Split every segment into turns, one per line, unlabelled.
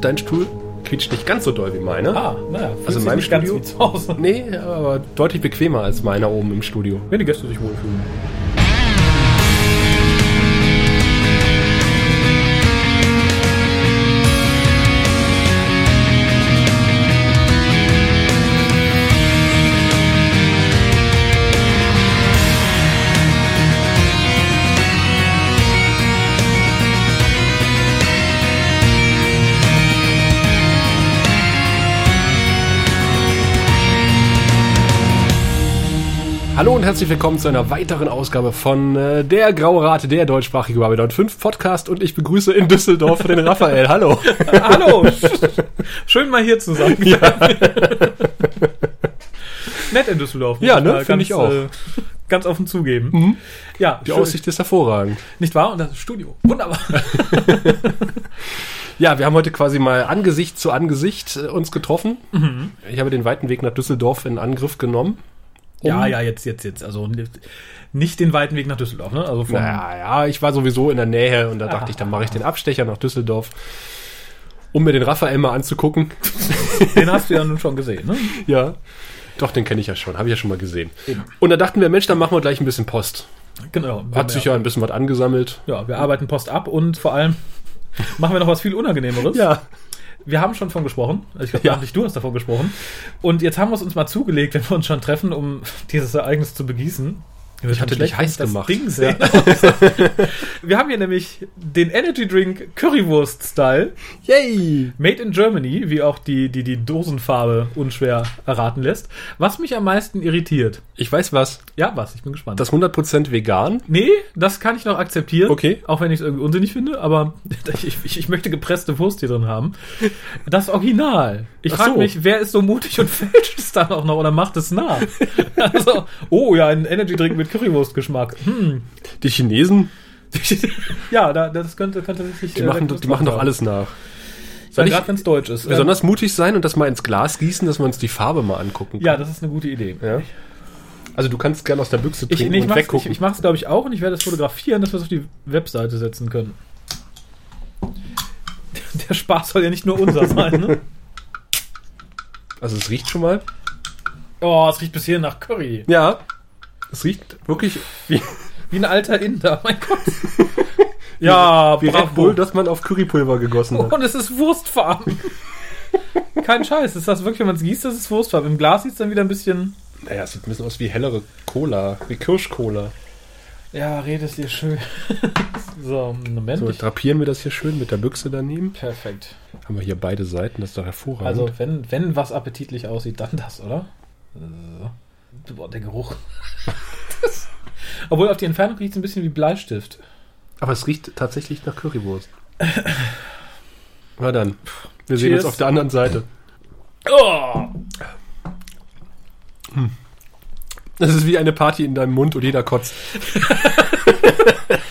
dein Stuhl quietscht nicht ganz so doll wie meine.
Ah, naja, fühlt
Also in
sich
meinem
nicht ganz
Studio?
wie zu Hause.
Nee, aber deutlich bequemer als meiner oben im Studio.
Wenn die Gäste sich wohlfühlen.
Hallo und herzlich willkommen zu einer weiteren Ausgabe von äh, der Graue Rate, der deutschsprachige Babylon 5 Podcast und ich begrüße in Düsseldorf den Raphael. Hallo.
Ah, Hallo! Schön mal hier zu sein. Nett in Düsseldorf. muss
Ja, ne?
mal
Find ich auch. Mhm.
äh, ganz offen zugeben. Ja,
Die
schön.
Aussicht ist hervorragend.
Nicht wahr? Und das Studio. Wunderbar.
Ja, wir haben heute quasi mal Angesicht zu Angesicht äh, uns getroffen. Ich habe den weiten Weg nach Düsseldorf in Angriff genommen. Um?
Ja, ja, jetzt, jetzt, jetzt. Also nicht den weiten Weg nach Düsseldorf, ne? Also vom,
Naja, ja, ich war sowieso in der Nähe und da dachte ich, dann mache ich den Abstecher nach Düsseldorf, um mir den Raphael mal anzugucken.
den hast du ja nun schon gesehen, ne?
Ja. Doch, den kenne ich ja schon, habe ich ja schon mal gesehen. Und da dachten wir, Mensch, dann machen wir gleich ein bisschen Post.
Genau. Wir haben
Hat sich ja ein bisschen was angesammelt.
ja, wir arbeiten Post ab und vor allem machen wir noch was viel Unangenehmeres. Wir haben schon von gesprochen. Also Ich glaube,
Ja.
ja. du hast davon gesprochen. Und jetzt haben wir es uns mal zugelegt, wenn wir uns schon treffen, um dieses Ereignis zu begießen. Ich
hatte dich heiß gemacht.
Ding sehen. wir haben hier nämlich den Energy Drink Currywurst Style,
Yay!
made in Germany, wie auch die, die, die Dosenfarbe unschwer erraten lässt. Was mich am meisten irritiert.
Ich weiß was.
Ja, was? Ich bin gespannt.
Das 100% vegan.
Nee, das kann ich noch akzeptieren.
Okay.
Auch wenn ich es irgendwie unsinnig finde, aber ich, ich, ich möchte gepresste Wurst hier drin haben. Das Original. Ich
Ach
frage
so.
mich, wer ist so mutig und fälscht es dann auch noch oder macht es nach? also, oh ja, ein Energy-Drink mit Currywurstgeschmack. Hm.
Die Chinesen,
ja, da, das könnte, könnte tatsächlich. äh,
die machen, die machen doch alles nach.
Ja,
Soll ich
gerade wenn es deutsch ist. Ähm,
besonders mutig sein und das mal ins Glas gießen, dass wir uns die Farbe mal angucken
ja, das ist eine gute Idee.
ähm, Ja. Also du kannst gerne aus der Büchse
Ich,
trinken
nee, ich
und
mach's, ich,
weggucken.
ich mach's, glaube ich, auch und ich werde es fotografieren, dass wir es auf die Webseite setzen können. Der Spaß soll ja nicht nur unser sein, ne?
also es riecht schon mal.
Oh, es riecht bis hier nach Curry.
Ja. Es riecht wirklich wie,
Wie ein alter Inder, mein Gott. ja,
wie Red
bravo.
Bull, dass man auf Currypulver gegossen hat.
Und es ist Wurstfarben. Kein Scheiß, ist das wirklich, wenn man es gießt, das ist Wurstfarben. Im Glas sieht es dann wieder ein bisschen.
Naja, es sieht ein bisschen aus wie hellere Cola, wie Kirschcola.
Ja, redest dir schön. so, Moment.
So,
ich-
drapieren wir das hier schön mit der Büchse daneben.
perfekt.
Haben wir hier beide Seiten, das ist doch hervorragend.
Also, wenn, wenn was appetitlich aussieht, dann das, oder? So. Boah, der Geruch. Das- Obwohl auf die Entfernung riecht es ein bisschen wie Bleistift.
Aber es riecht tatsächlich nach Currywurst. Na dann, wir sehen
Cheers.
uns auf der anderen Seite.
Oh!
Das ist wie eine Party in deinem Mund und jeder kotzt.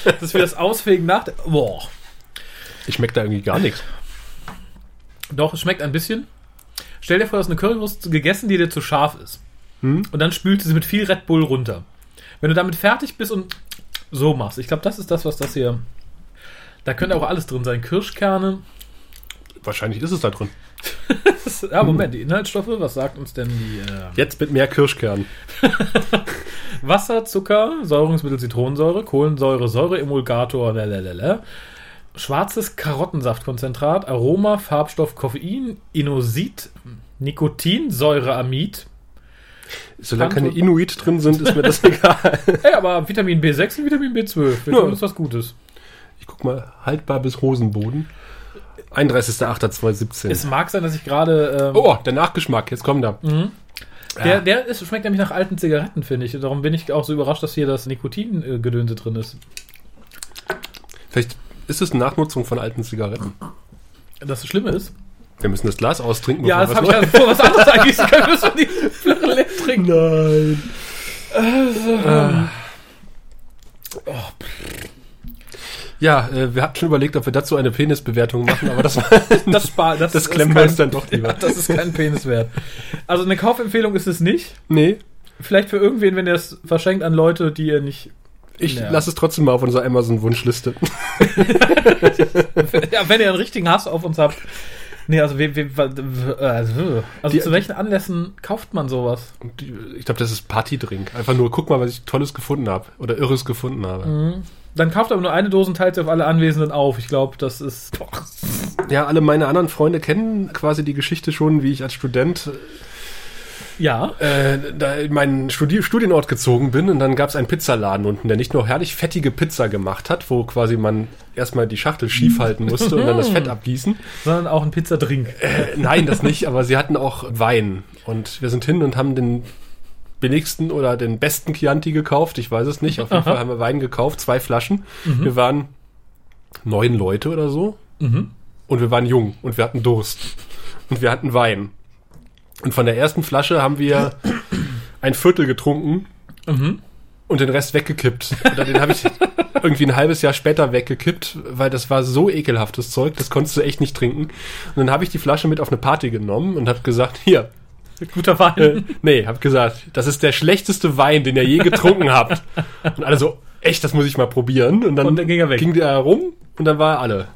Das ist wie das Ausfegen nach. der- Boah.
Ich schmecke da irgendwie gar nichts.
Doch, es schmeckt ein bisschen. Stell dir vor, du hast eine Currywurst gegessen, die dir zu scharf ist. Und dann spült sie mit viel Red Bull runter. Wenn du damit fertig bist und so machst, ich glaube, das ist das, was das hier. Da könnte auch alles drin sein. Kirschkerne.
Wahrscheinlich ist es da drin.
Ja, Moment, die Inhaltsstoffe, was sagt uns denn die? Äh,
Jetzt mit mehr Kirschkern.
Wasser, Zucker, Säurungsmittel, Zitronensäure, Kohlensäure, Säureemulgator, lalalala. Schwarzes Karottensaftkonzentrat, Aroma, Farbstoff, Koffein, Inosid, Nikotin, Säureamid,
Solange keine Inuit drin sind, ist mir das egal.
Ey, aber Vitamin B6 und Vitamin B12, wir
Ja.
tun uns was Gutes.
Ich guck mal, haltbar bis Hosenboden. 31.08.2017.
Es mag sein, dass ich gerade. Ähm,
oh, der Nachgeschmack, jetzt kommt er.
Der, der ist, schmeckt nämlich nach alten Zigaretten, finde ich. Darum bin ich auch so überrascht, dass hier das Nikotingedönse drin ist.
Vielleicht ist es eine Nachnutzung von alten Zigaretten.
Das Schlimme ist.
Wir müssen das Glas austrinken.
Ja, das
bevor
habe ich
wir
ja vor was anderes angießen können, müssen wir die Flache leer trinken.
Nein. Ah. Ja, äh, wir hatten schon überlegt, ob wir dazu eine Penisbewertung machen, aber das,
Das, spar, das,
das
ist
klemmen wir uns
kein-
dann doch lieber.
Das ist kein Penis wert. Also eine Kaufempfehlung ist es nicht.
Nee,
Vielleicht für irgendwen, wenn ihr es verschenkt an Leute, die ihr nicht.
ich
Ja.
lasse es trotzdem mal auf unserer Amazon-Wunschliste.
Ja, wenn ihr einen richtigen Hass auf uns habt, Nee, also, we, we, wa- w- äh, also
Die-
zu welchen Anlässen kauft man sowas?
Und die- Ich glaube, das ist Partydrink. Einfach nur, guck mal, was ich Tolles gefunden habe. Oder Irres gefunden habe.
Mhm. Dann kauft aber nur eine Dose und teilt sie auf alle Anwesenden auf. Ich glaube, das ist.
Ja, alle meine anderen Freunde kennen quasi die Geschichte schon, wie ich als Student
Ja.
äh, da in meinen Studi Studienort gezogen bin und dann gab es einen Pizzaladen unten, der nicht nur herrlich fettige Pizza gemacht hat, wo quasi man erstmal die Schachtel schief halten musste und dann das Fett abgießen.
Sondern auch ein Pizzadrink.
Äh, nein, das nicht, aber sie hatten auch Wein. Und wir sind hin und haben den billigsten oder den besten Chianti gekauft. Ich weiß es nicht. Auf jeden Fall haben wir Wein gekauft, zwei Flaschen. Wir waren neun Leute oder so. Und wir waren jung und wir hatten Durst. Und wir hatten Wein. Und von der ersten Flasche haben wir ein Viertel getrunken und den Rest weggekippt. Oder den habe ich irgendwie ein halbes Jahr später weggekippt, weil das war so ekelhaftes Zeug, das konntest du echt nicht trinken. Und dann habe ich die Flasche mit auf eine Party genommen und habe gesagt, hier,
Guter Wein.
äh, nee, habe gesagt, das ist der schlechteste Wein, den ihr je getrunken habt. Und alle so, echt, das muss ich mal probieren. Und dann,
Und dann ging er weg.
Ging der rum und dann war er alle.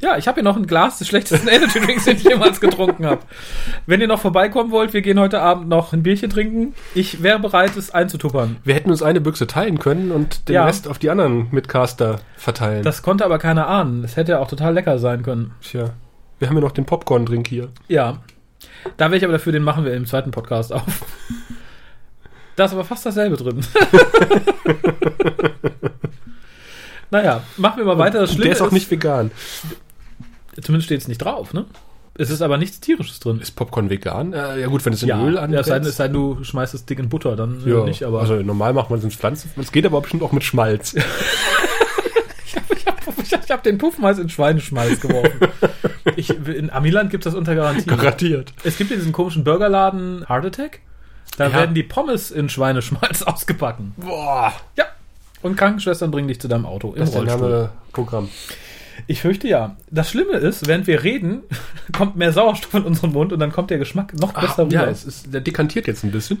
Ja, ich habe hier noch ein Glas des schlechtesten Energy Drinks, den ich jemals getrunken habe. Wenn ihr noch vorbeikommen wollt, wir gehen heute Abend noch ein Bierchen trinken. Ich wäre bereit, es einzutuppern.
Wir hätten uns eine Büchse teilen können und den
Ja.
Rest auf die anderen Mitcaster verteilen.
Das konnte aber keiner ahnen. Es hätte ja auch total lecker sein können.
Tja, wir haben ja noch den Popcorn-Drink hier.
Ja. Da wäre ich aber dafür, den machen wir im zweiten Podcast auf. Da ist aber fast dasselbe drin. naja, machen wir mal weiter. Das
Und
Schlimme
der ist auch nicht vegan.
Zumindest steht es nicht drauf, ne? Es ist aber nichts Tierisches drin.
Ist Popcorn vegan? Äh, ja gut, wenn es in
ja,
Öl
Öl
an
ja, es sei, denn- es sei denn, du schmeißt es dick in Butter, dann äh,
Ja,
nicht, aber.
also normal macht man es in Pflanzen. Es geht aber bestimmt auch mit Schmalz.
Ich, hab- ich habe den Puffmais in Schweineschmalz geworfen. Ich, in Amiland gibt es das unter Garantie.
Garantiert.
Es gibt ja diesen komischen Burgerladen Heart Attack. Da
Ja.
werden die Pommes in Schweineschmalz ausgebacken.
Boah.
Ja. Und Krankenschwestern bringen dich zu deinem Auto im
Das ist der
Rollstuhl.
Name Programm.
Ich fürchte ja. Das Schlimme ist, während wir reden, kommt mehr Sauerstoff in unseren Mund und dann kommt der Geschmack noch besser
ja,
rüber.
es ist, der dekantiert jetzt ein bisschen.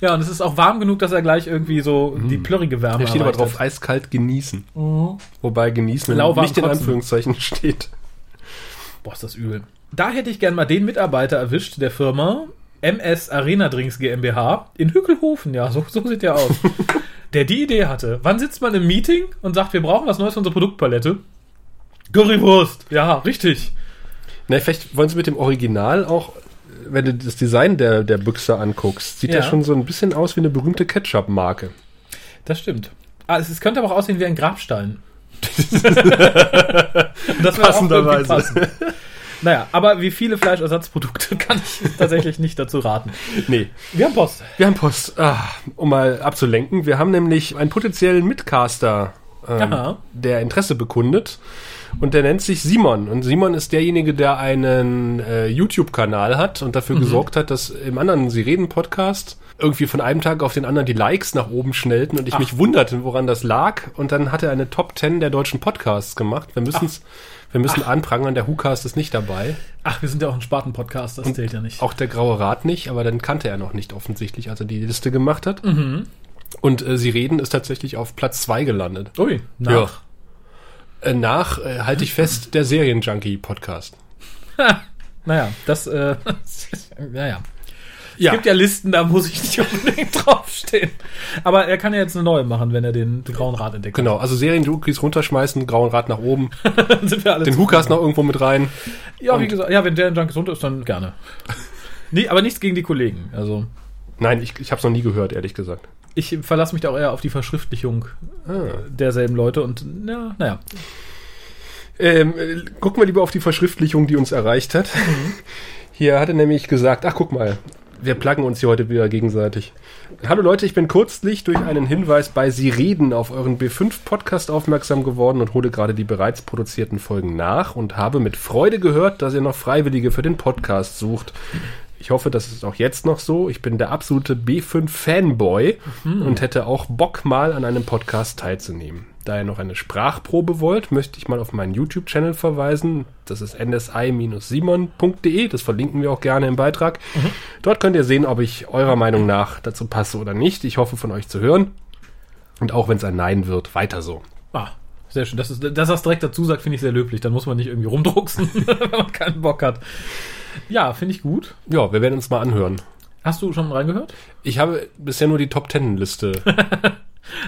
Ja, und es ist auch warm genug, dass er gleich irgendwie so die plörrige Wärme
Hier Mhm. steht aber
erreicht
drauf,
hat.
eiskalt genießen. Wobei genießen
Lauwarm
nicht in
kotzen.
Anführungszeichen steht.
Boah, ist das übel. Da hätte ich gern mal den Mitarbeiter erwischt der Firma MS Arena Drinks GmbH in Hückelhofen. Ja, so, so sieht der aus. der die Idee hatte. Wann sitzt man im Meeting und sagt, wir brauchen was Neues für unsere Produktpalette? Currywurst. Ja, richtig.
Na, vielleicht wollen sie mit dem Original auch, wenn du das Design der, der Büchse anguckst, sieht ja.
Ja.
schon so ein bisschen aus wie eine berühmte Ketchup-Marke.
Das stimmt. Ah, es, es könnte aber auch aussehen wie ein Grabstein. Und das würde auch irgendwie
Passenderweise.
passen. Naja, aber wie viele Fleischersatzprodukte kann ich tatsächlich nicht dazu raten.
Nee.
Wir haben Post.
Wir haben Post, ah, um mal abzulenken. Wir haben nämlich einen potenziellen Mitcaster, ähm,
Aha.
der Interesse bekundet. Und der nennt sich Simon. Und Simon ist derjenige, der einen äh, YouTube-Kanal hat und dafür gesorgt hat, dass im anderen Sie reden Podcast irgendwie von einem Tag auf den anderen die Likes nach oben schnellten und ich mich wunderte, woran das lag. Und dann hat er eine Top 10 der deutschen Podcasts gemacht. Wir, müssen's, wir müssen anprangern, der WhoCast ist nicht dabei.
Ach, wir sind ja auch ein Spaten-Podcast, das zählt ja nicht.
Auch der Graue Rat nicht, aber dann kannte er noch nicht offensichtlich, als er die Liste gemacht hat. Und äh, Sie reden ist tatsächlich auf Platz 2 gelandet.
Ui,
Ja. Äh, nach, äh, halte ich fest, der Serienjunkie-Podcast.
Naja, das, äh, naja.
Ja,
Es gibt ja Listen, da muss ich nicht unbedingt draufstehen. Aber er kann ja jetzt eine neue machen, wenn er den grauen Rad entdeckt.
genau. Also Serienjunkies runterschmeißen, Grauen Rat nach oben,
Dann sind wir alle
den
zufrieden.
Hukas noch irgendwo mit rein.
Ja, wie
und-
gesagt, ja, wenn der Junk gesund ist, dann gerne. nee, aber nichts gegen die Kollegen. Also,
Nein, ich, ich habe es noch nie gehört, ehrlich gesagt.
ich verlasse mich da auch eher auf die Verschriftlichung äh,
Ah.
derselben Leute und, na, naja.
Ähm, äh, gucken wir lieber auf die Verschriftlichung, die uns erreicht hat. Hier hat er nämlich gesagt, ach guck mal, wir pluggen uns hier heute wieder gegenseitig. Hallo Leute, ich bin kürzlich durch einen Hinweis bei Sie reden auf euren B5-Podcast aufmerksam geworden und hole gerade die bereits produzierten Folgen nach und habe mit Freude gehört, dass ihr noch Freiwillige für den Podcast sucht. Ich hoffe, das ist auch jetzt noch so. Ich bin der absolute B5-Fanboy und hätte auch Bock, mal an einem Podcast teilzunehmen. Da ihr noch eine Sprachprobe wollt, möchte ich mal auf meinen YouTube-Channel verweisen. Das ist nsi-simon.de. E. Das verlinken wir auch gerne im Beitrag. Dort könnt ihr sehen, ob ich eurer Meinung nach dazu passe oder nicht. Ich hoffe, von euch zu hören. Und auch wenn es ein Nein wird, weiter so.
Ah, Sehr schön. Dass es- dass er es direkt dazu sagt, finde ich sehr löblich. Dann muss man nicht irgendwie rumdrucksen, wenn man keinen Bock hat. Ja, finde ich gut.
Ja, wir werden uns mal anhören.
Hast du schon mal reingehört?
Ich habe bisher nur die Top Ten Liste.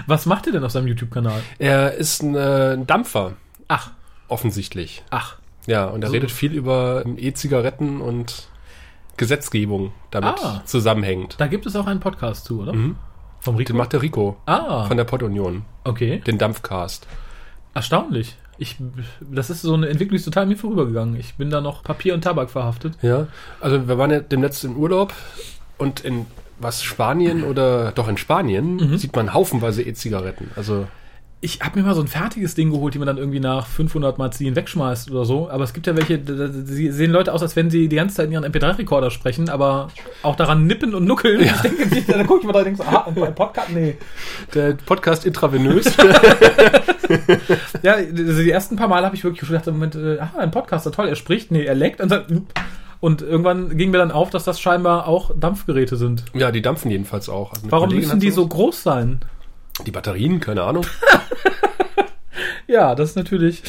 Was macht ihr denn auf seinem YouTube-Kanal?
er ist ein, äh, ein Dampfer,
Ach,
offensichtlich.
ach.
Ja, und er
So.
redet viel über ähm, E-Zigaretten und Gesetzgebung damit
Ah.
zusammenhängt.
Da gibt es auch einen Podcast zu, oder? Vom Rico.
Den macht der Rico
Ah,
von der Pottunion,
okay.
den Dampfcast.
Erstaunlich. Ich, das ist so eine Entwicklung, die ist total an mir vorübergegangen. Ich bin da noch Papier und Tabak verhaftet.
Ja, also wir waren ja demnächst im Urlaub und in was Spanien oder doch in Spanien
Mhm.
sieht man haufenweise E-Zigaretten. Also
Ich habe mir mal so ein fertiges Ding geholt, die man dann irgendwie nach 500 Mal ziehen wegschmeißt oder so. Aber es gibt ja welche, da- da- die sehen Leute aus, als wenn sie die ganze Zeit in ihren MP3-Rekorder sprechen, aber auch daran nippen und nuckeln. Ich denke, die- da gucke ich mal da und denke so, ah, ein Podcast? Nee.
der Podcast intravenös.
Ja, also die ersten paar Mal habe ich wirklich schon gedacht, im Moment, äh, ah, ein Podcaster, toll, er spricht, nee, er leckt und dann, und irgendwann ging mir dann auf, dass das scheinbar auch Dampfgeräte sind.
ja, die dampfen jedenfalls auch. Also eine
Warum
Kollegin
müssen
hat
die so
sowas.
groß sein?
Die Batterien, keine Ahnung.
Ja, das ist natürlich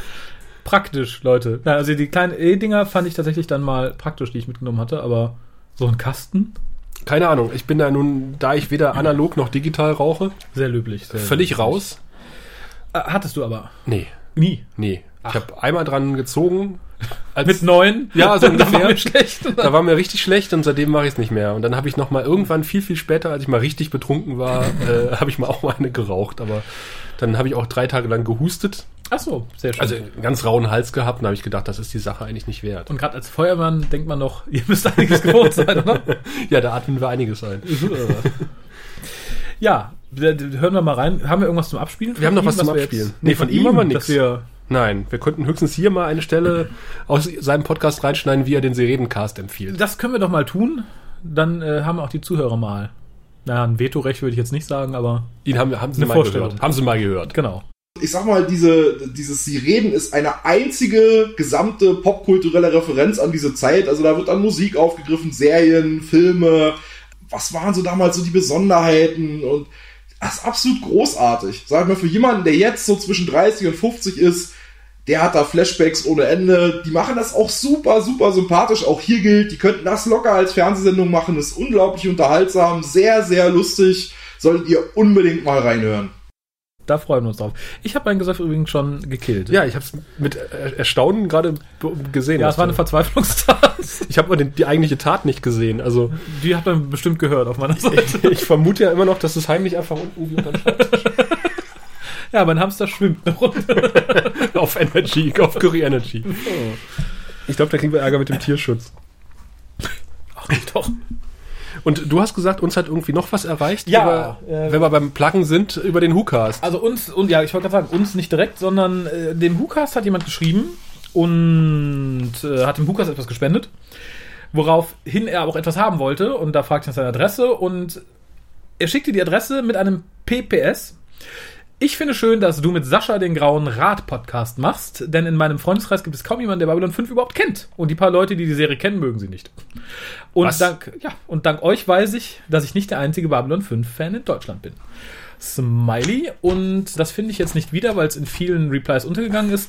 praktisch, Leute. Ja, also die kleinen E-Dinger fand ich tatsächlich dann mal praktisch, die ich mitgenommen hatte, aber so ein Kasten,
Keine Ahnung. Ich bin da nun, da ich weder analog noch digital rauche,
sehr löblich. Sehr
völlig
löblich.
raus.
Äh, hattest du aber
Nee,
nie.
nee. Ich habe einmal dran gezogen. Als,
Mit neun?
Ja, so
Da war
ungefähr.
mir schlecht.
da war mir richtig schlecht und seitdem mache ich es nicht mehr. Und dann habe ich noch mal irgendwann viel, viel später, als ich mal richtig betrunken war, äh, habe ich mal auch mal eine geraucht. Aber dann habe ich auch drei Tage lang gehustet.
Ach so, sehr schön.
Also einen ganz rauen Hals gehabt und da habe ich gedacht, das ist die Sache eigentlich nicht wert.
und gerade als Feuermann denkt man noch, ihr müsst einiges gewohnt sein, ne? oder?
Ja, da atmen wir einiges ein.
ja, d- d- hören wir mal rein. Haben wir irgendwas zum Abspielen?
Wir haben noch was zum
wir
Abspielen.
Jetzt, nee, von, ihm haben wir nichts.
Nein, wir könnten höchstens hier mal eine Stelle aus seinem Podcast reinschneiden, wie er den Serenencast empfiehlt.
Das können wir doch mal tun. Dann äh, haben auch die Zuhörer mal. Naja, ein Vetorecht würde ich jetzt nicht sagen, aber
Ihn haben, haben Sie
Eine
mal
Vorstellung.
gehört. Haben Sie mal gehört.
genau.
ich sag mal, diese, dieses Sie reden ist eine einzige gesamte popkulturelle Referenz an diese Zeit. Also da wird dann Musik aufgegriffen, Serien, Filme. Was waren so damals so die Besonderheiten? Und das ist absolut großartig. Sag ich mal, für jemanden, der jetzt so zwischen 30 und 50 ist, der hat da Flashbacks ohne Ende. Die machen das auch super, super sympathisch. Auch hier gilt, die könnten das locker als Fernsehsendung machen. Ist unglaublich unterhaltsam, sehr, sehr lustig. Solltet ihr unbedingt mal reinhören.
Da freuen wir uns drauf. Ich habe meinen Gesöff übrigens schon gekillt.
Ja, ich habe es mit Er- Erstaunen gerade be- gesehen.
ja
dass
es war eine
du-
Verzweiflungstat.
ich habe die eigentliche Tat nicht gesehen. Also
Die hat man bestimmt gehört auf meiner Seite.
ich vermute ja immer noch, dass es heimlich einfach unten irgendwie unter den Schreibtisch
Ja, mein Hamster schwimmt eine Runde.
auf Energy, auf Curry Energy. Oh. Ich glaube, da kriegen wir Ärger mit dem Tierschutz.
Ach, doch.
Und du hast gesagt, uns hat irgendwie noch was erreicht,
Ja,
über,
äh,
wenn wir beim Pluggen sind, über den WhoCast.
Also uns, und ja, ich wollte gerade sagen, uns nicht direkt, sondern äh, dem WhoCast hat jemand geschrieben und äh, hat dem WhoCast etwas gespendet, woraufhin er auch etwas haben wollte und da fragte ich nach seiner Adresse und er schickte die Adresse mit einem PPS. Ich finde schön, dass du mit Sascha den Grauen Rat Podcast machst, denn in meinem Freundeskreis gibt es kaum jemanden, der Babylon 5 überhaupt kennt. Und die paar Leute, die die Serie kennen, mögen sie nicht. Und,
Was?
dank, ja, und dank euch weiß ich, dass ich nicht der einzige Babylon 5-Fan in Deutschland bin. Smiley und das finde ich jetzt nicht wieder, weil es in vielen Replies untergegangen ist.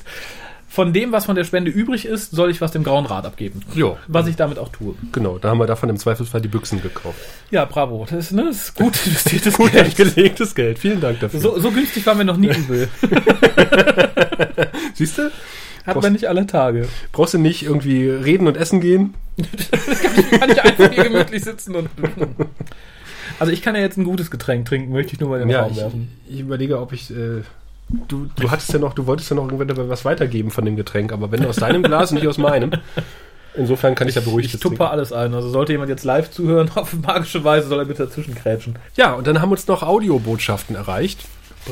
Von dem, was von der Spende übrig ist, soll ich was dem Grauen Rat abgeben.
Ja.
Was ich damit auch tue.
Genau, da haben wir davon im Zweifelsfall die Büchsen gekauft.
Ja, bravo. Das ist, ne, das ist gut investiertes
Gut
Geld.
gelegtes Geld. Vielen Dank dafür.
So, so günstig waren wir noch nie übel.
siehst du?
Hat man nicht alle Tage.
Brauchst du nicht irgendwie reden und essen gehen?
Kann ich einfach hier gemütlich sitzen und. Also ich kann ja jetzt ein gutes Getränk trinken, möchte ich nur mal in den Raum
ich,
werfen.
ich überlege, ob ich. Äh, du, du hattest ja noch, du wolltest ja noch irgendwann was weitergeben von dem Getränk, aber wenn aus deinem Glas und nicht aus meinem. Insofern kann ich da beruhigt
Ich tupper alles ein. Also sollte jemand jetzt live zuhören, auf magische Weise soll er bitte dazwischen krätschen.
Ja, und dann haben uns noch Audiobotschaften erreicht.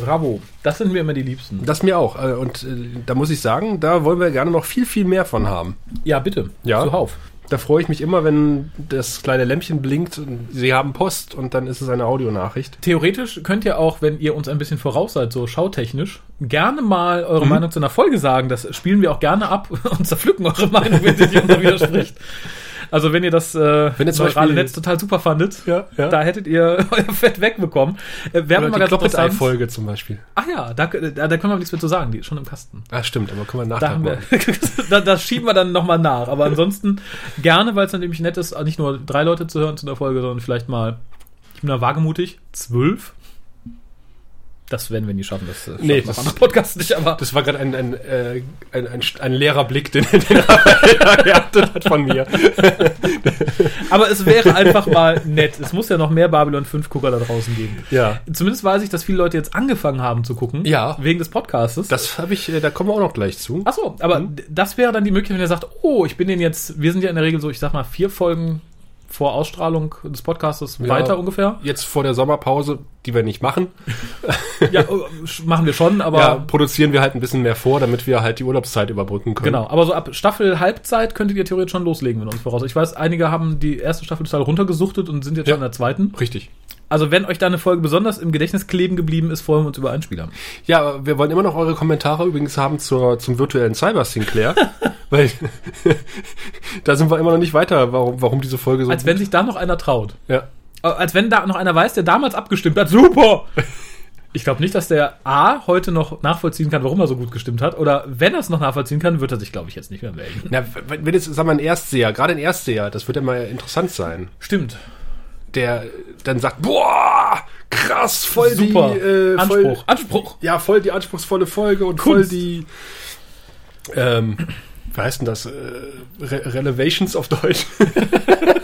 Bravo. Das sind mir immer die Liebsten.
Das mir auch. Äh, Und äh, da muss ich sagen, da wollen wir gerne noch viel, viel mehr von haben.
Ja, bitte.
Ja.
Zuhauf.
Da freue ich mich immer, wenn das kleine Lämpchen blinkt und sie haben Post und dann ist es eine Audionachricht.
Theoretisch könnt ihr auch, wenn ihr uns ein bisschen voraus seid, so schautechnisch, gerne mal eure
Mhm.
Meinung zu einer Folge sagen. Das spielen wir auch gerne ab und zerpflücken eure Meinung, wenn sie dir widerspricht. Also wenn ihr das äh,
Wenn ihr zum
neurale
Beispiel-
Netz total super fandet,
Ja, ja.
da hättet ihr euer Fett wegbekommen. Äh, wir haben
Oder
mal
die
ganz interessant.
Kloppetei-Folge zum Beispiel.
Ach ja, da, da, da können wir aber nichts mehr zu sagen, die ist schon im Kasten.
Ah, stimmt, aber können wir
Da haben wir,
nachdenken.
da, das schieben wir dann nochmal nach. Aber ansonsten gerne, weil es dann nämlich nett ist, nicht nur drei Leute zu hören zu der Folge, sondern vielleicht mal, ich bin da wagemutig, zwölf. Das werden wir nie schaffen, das äh, schaffen
Nee,
auch
das-
andere Podcasts nicht, aber
Das war gerade ein, ein, äh, ein, ein, ein leerer Blick, den, den er geerntet hat von mir.
Aber es wäre einfach mal nett. Es muss ja noch mehr Babylon 5 Gucker da draußen geben.
Ja.
Zumindest weiß ich, dass viele Leute jetzt angefangen haben zu gucken.
Ja.
Wegen des Podcastes.
Das Mhm. habe ich, äh, da kommen wir auch noch gleich zu.
Ach so, aber d- das wäre dann die Möglichkeit, wenn ihr sagt, oh, ich bin den jetzt, wir sind ja in der Regel so, ich sag mal, vier Folgen vor Ausstrahlung des Podcastes
Ja.
weiter ungefähr.
Jetzt vor der Sommerpause, die wir nicht machen,
Ja, äh, sch- machen wir schon, aber
ja, produzieren wir halt ein bisschen mehr vor, damit wir halt die Urlaubszeit überbrücken können.
genau. Aber so ab Staffel Halbzeit könntet ihr theoretisch schon loslegen, wenn uns voraus. Ich weiß, einige haben die erste Staffel total runtergesuchtet und sind jetzt
Ja.
schon in der zweiten.
Richtig.
Also wenn euch da eine Folge besonders im Gedächtnis kleben geblieben ist, freuen wir uns über einen Spieler.
Ja, aber wir wollen immer noch eure Kommentare übrigens haben zur, zum virtuellen Cyber Sinclair, weil da sind wir immer noch nicht weiter, warum, warum diese Folge so.
Als wenn sich da noch einer traut.
ja.
Äh, Als wenn da noch einer weiß, der damals abgestimmt hat. Super! Ich glaube nicht, dass der A heute noch nachvollziehen kann, warum er so gut gestimmt hat. Oder wenn er es noch nachvollziehen kann, wird er sich, glaube ich, jetzt nicht mehr melden.
Na, wenn wenn jetzt, sagen wir, ein Erstseher, gerade ein Erstseher, das wird ja mal interessant sein,
Stimmt.
der dann sagt, boah, krass, voll
Super.
die, äh,
Anspruch.
Voll,
Anspruch.
ja, voll die anspruchsvolle Folge und voll
Kunst.
die, ähm, wie heißt denn das, äh, Re Relevations auf Deutsch?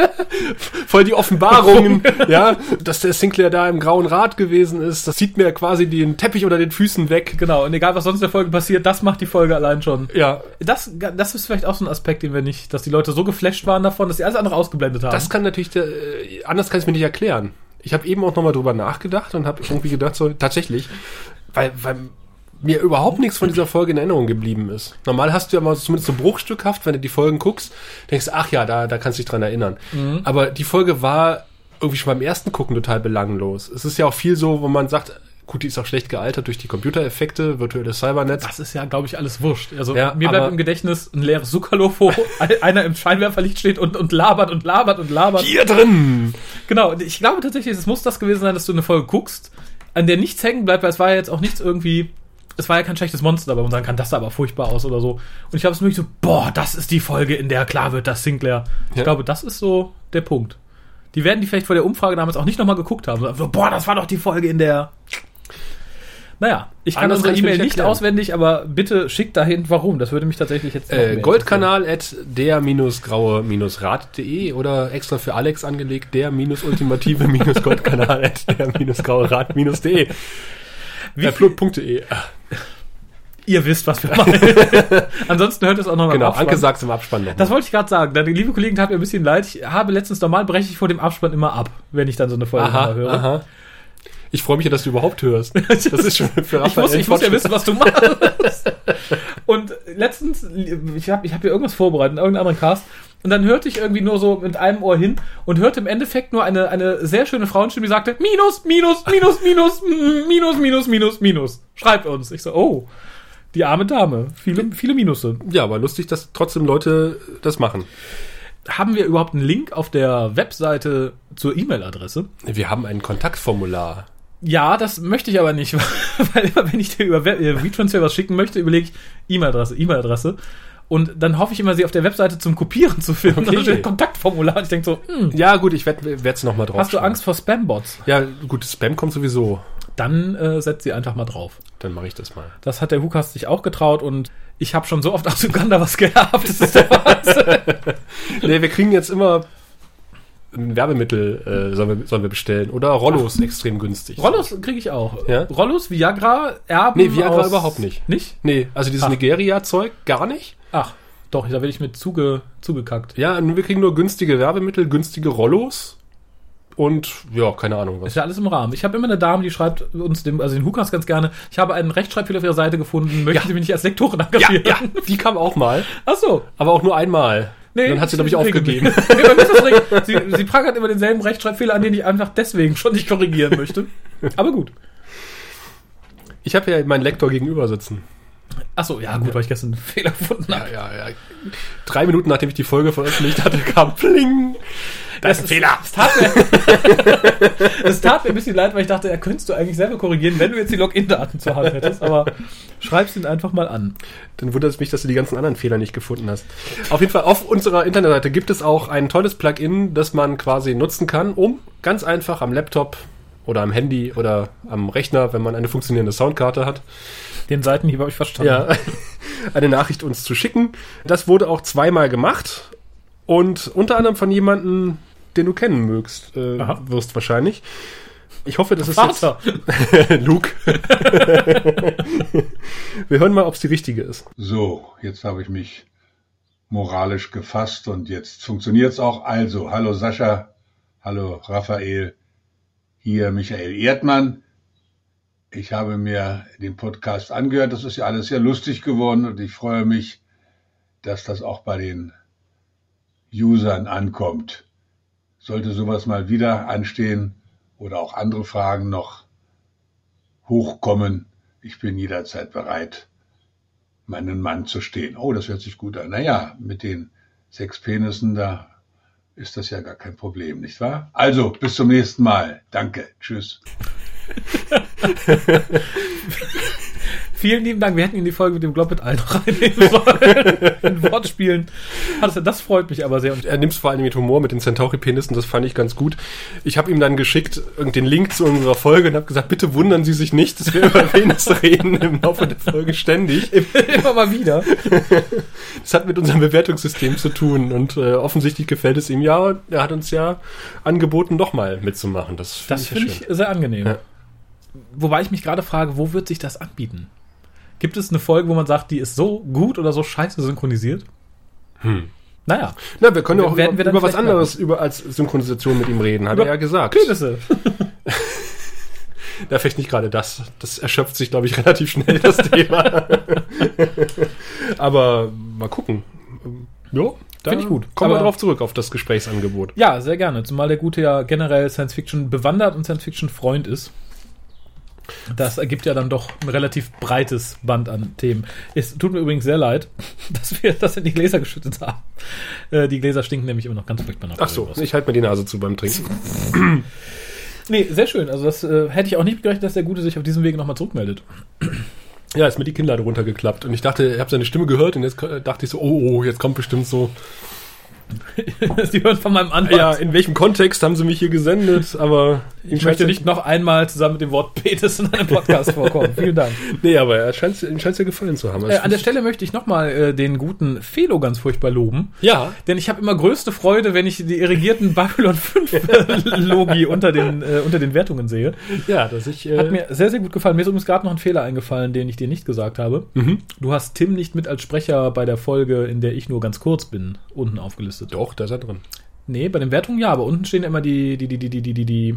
voll die Offenbarungen, ja, dass der Sinclair da im grauen Rad gewesen ist, das zieht mir quasi den Teppich unter den Füßen weg.
Genau. Und egal, was sonst in der Folge passiert, das macht die Folge allein schon.
Ja,
Das, das ist vielleicht auch so ein Aspekt, den wir nicht, dass die Leute so geflasht waren davon, dass sie alles andere ausgeblendet haben.
Das kann natürlich, der, äh, anders kann ich es mir nicht erklären. Ich habe eben auch nochmal drüber nachgedacht und habe irgendwie gedacht, so, tatsächlich, weil, weil mir überhaupt nichts von dieser Folge in Erinnerung geblieben ist. Normal hast du ja mal zumindest so bruchstückhaft, wenn du die Folgen guckst, denkst, ach ja, da, da kannst du dich dran erinnern. Aber die Folge war irgendwie schon beim ersten Gucken total belanglos. Es ist ja auch viel so, wo man sagt, gut, die ist auch schlecht gealtert durch die Computereffekte, virtuelles Cybernetz.
Das ist ja, glaube ich, alles wurscht. Also
Ja,
mir
aber-
bleibt im Gedächtnis ein leeres Sukkalow, wo einer im Scheinwerferlicht steht und, und labert und labert und labert.
Hier drin!
Genau, und ich glaube tatsächlich, es muss das gewesen sein, dass du eine Folge guckst, an der nichts hängen bleibt, weil es war ja jetzt auch nichts irgendwie. Es war ja kein schlechtes Monster, aber man sagen kann, das sah aber furchtbar aus oder so. Und ich habe es wirklich so, boah, das ist die Folge, in der klar wird, dass Sinclair. Ich
Ja.
glaube, das ist so der Punkt. Die werden die vielleicht vor der Umfrage damals auch nicht nochmal geguckt haben. So, boah, das war doch die Folge, in der. Naja, ich kann
Anders
unsere
kann's mir
E-Mail
nicht
nicht
erklären.
auswendig, aber bitte schickt dahin, warum. Das würde mich tatsächlich jetzt. noch mehr
Äh,
interessieren.
Goldkanal at der-graue-rad.de oder extra für Alex angelegt der-ultimative-goldkanal at der-graue-rad-de.
Wie
Äh, flut.de. Ah,
Ihr wisst, was wir meinen. Ansonsten hört es auch nochmal
Genau, Anke sagt's im Abspann noch.
Das wollte ich gerade sagen. Deine liebe Kollegin tat mir ein bisschen leid. Ich habe letztens normal breche ich vor dem Abspann immer ab, wenn ich dann so eine Folge mal höre.
aha. Ich freue mich ja, dass du überhaupt hörst. Das ist schon für
Ich muss, ich
ein
muss ja
Fortschritt.
wissen, was du machst. Und letztens, ich habe ich hab hier irgendwas vorbereitet, irgendeinen anderen Cast. Und dann hörte ich irgendwie nur so mit einem Ohr hin und hörte im Endeffekt nur eine, eine sehr schöne Frauenstimme, die sagte, Minus, Minus, Minus, Minus, mm, Minus, Minus, Minus, Minus. Schreibt uns. Ich so, oh, die arme Dame. Viele, viele Minusse.
Ja, aber lustig, dass trotzdem Leute das machen.
Haben wir überhaupt einen Link auf der Webseite zur E-Mail-Adresse?
Wir haben ein Kontaktformular.
Ja, das möchte ich aber nicht, weil immer wenn ich dir über Web- äh, WeTransfer was schicken möchte, überlege ich E-Mail-Adresse, E-Mail-Adresse. Und dann hoffe ich immer, sie auf der Webseite zum Kopieren zu finden. Und dann steht ein Kontaktformular und ich denke so, hm,
Ja, gut, ich werde es nochmal drauf.
hast du Angst vor Spambots?
Ja, gut, Spam kommt sowieso.
Dann äh, setz sie einfach mal drauf.
Dann mache ich das mal.
Das hat der Hukas sich auch getraut und ich habe schon so oft aus Uganda was gehabt. Das ist der Wahnsinn.
Nee, wir kriegen jetzt immer ein Werbemittel, äh, sollen, wir, sollen wir bestellen. Oder Rollos extrem günstig.
Rollos kriege ich auch.
Ja?
Rollos, Viagra, Erben.
Nee, Viagra überhaupt nicht.
Nicht?
Nee, also dieses
Ach.
Nigeria-Zeug gar nicht.
Ach, doch, da werde ich mit zuge, zugekackt.
Ja, nun, wir kriegen nur günstige Werbemittel, günstige Rollos. Und ja, keine Ahnung
Ist
was.
ja alles im Rahmen. Ich habe immer eine Dame, die schreibt uns dem, also den Hukas ganz gerne. Ich habe einen Rechtschreibfehler auf ihrer Seite gefunden, möchten Sie mich nicht als Lektorin engagieren?
die kam auch mal,
Ach so.
aber auch nur einmal. Nee, Dann hat sie, glaube ich, aufgegeben.
Nee, bei mir ist das reg- sie, sie prangert immer denselben Rechtschreibfehler an, den ich einfach deswegen schon nicht korrigieren möchte. Aber gut.
Ich habe ja meinen Lektor gegenüber sitzen.
Achso, ja, gut, weil ich gestern einen Fehler gefunden habe.
ja, ja. Drei Minuten nachdem ich die Folge veröffentlicht hatte, kam Pling.
Das ist- Es tat, mir, es tat mir ein bisschen leid, weil ich dachte, ja, könntest du eigentlich selber korrigieren, wenn du jetzt die Login-Daten zur Hand hättest. Aber schreib's ihn einfach mal an.
Dann wundert es mich, dass du die ganzen anderen Fehler nicht gefunden hast. Auf jeden Fall, auf unserer Internetseite gibt es auch ein tolles Plugin, das man quasi nutzen kann, um ganz einfach am Laptop oder am Handy oder am Rechner, wenn man eine funktionierende Soundkarte hat,
Den Seitenhieb habe ich verstanden.
ja, eine Nachricht uns zu schicken. Das wurde auch zweimal gemacht und unter anderem von jemandem, den du kennen mögst, äh,
Aha.
wirst wahrscheinlich. Ich hoffe, das ist jetzt
Vater.
Luke. Wir hören mal, ob es die richtige ist.
So, jetzt habe ich mich moralisch gefasst und jetzt funktioniert's auch. Also, hallo Sascha, hallo Raphael, hier Michael Erdmann. Ich habe mir den Podcast angehört, das ist ja alles sehr lustig geworden und ich freue mich, dass das auch bei den Usern ankommt. Sollte sowas mal wieder anstehen oder auch andere Fragen noch hochkommen, ich bin jederzeit bereit meinen Mann zu stehen. Oh, das hört sich gut an. Naja, mit den sechs Penissen, da ist das ja gar kein Problem, nicht wahr? Also, bis zum nächsten Mal. Danke. Tschüss.
Vielen lieben Dank. Wir hätten in die Folge mit dem Globbit-Ei noch reinnehmen sollen. In Wortspielen. Also, das freut mich aber sehr. Und
er nimmt es vor allem mit Humor mit den Centauri-Penissen, das fand ich ganz gut. Ich habe ihm dann geschickt irgend den Link zu unserer Folge und habe gesagt, bitte wundern Sie sich nicht, dass wir über Penis reden im Laufe der Folge ständig.
immer mal wieder.
Das hat mit unserem Bewertungssystem zu tun und äh, offensichtlich gefällt es ihm ja. und Er hat uns ja angeboten, doch mal mitzumachen. Das finde
Das
ich,
finde
ja
ich
schön.
sehr angenehm.
Ja.
Wobei ich mich gerade frage, wo wird sich das anbieten? Gibt es eine Folge, wo man sagt, die ist so gut oder so scheiße synchronisiert? Hm. Naja,
Na, wir können ja auch
Werden
über,
wir dann
über was
vielleicht
anderes über, als Synchronisation mit ihm reden, hat
Über
er ja gesagt.
Penisse.
Da vielleicht nicht gerade das. Das erschöpft sich, glaube ich, relativ schnell, das Thema. Aber mal gucken. Ja, da
Finde ich gut.
Kommen wir
Aber-
drauf zurück, auf das Gesprächsangebot.
Ja, sehr gerne. Zumal der Gute ja generell Science Fiction bewandert und Science Fiction Freund ist. Das ergibt ja dann doch ein relativ breites Band an Themen. Es tut mir übrigens sehr leid, dass wir das in die Gläser geschüttet haben. Äh, die Gläser stinken nämlich immer noch ganz furchtbar nach.
Ach so,
Currywurst.
ich halte mir die Nase zu beim Trinken.
Nee, sehr schön. Also das äh, hätte ich auch nicht gerechnet, dass der Gute sich auf diesem Wege nochmal zurückmeldet.
Ja, ist mir die Kinnlade runtergeklappt und ich dachte, ich habe seine Stimme gehört und jetzt k- dachte ich so, oh, oh, jetzt kommt bestimmt so.
Sie hören von meinem Anwalt.
Ja, in welchem Kontext haben sie mich hier gesendet? Aber ihm
ich möchte
scheint's-
nicht noch einmal zusammen mit dem Wort Penis in einem Podcast vorkommen. Vielen Dank.
Nee, aber er scheint's, ihm scheint's ja gefallen zu haben.
Äh, an der Stelle möchte ich nochmal äh, den guten Felo ganz furchtbar loben.
ja,
Denn ich habe immer größte Freude, wenn ich die irrigierten Babylon 5 Logi unter den, äh, unter den Wertungen sehe.
ja, dass ich. Äh,
Hat mir sehr, sehr gut gefallen. Mir ist übrigens gerade noch ein Fehler eingefallen, den ich dir nicht gesagt habe.
Mhm.
Du hast Tim nicht mit als Sprecher bei der Folge, in der ich nur ganz kurz bin, unten aufgelistet.
doch, da ist er drin.
Nee, bei den Wertungen ja, aber unten stehen immer die, die, die, die, die, die, die, die.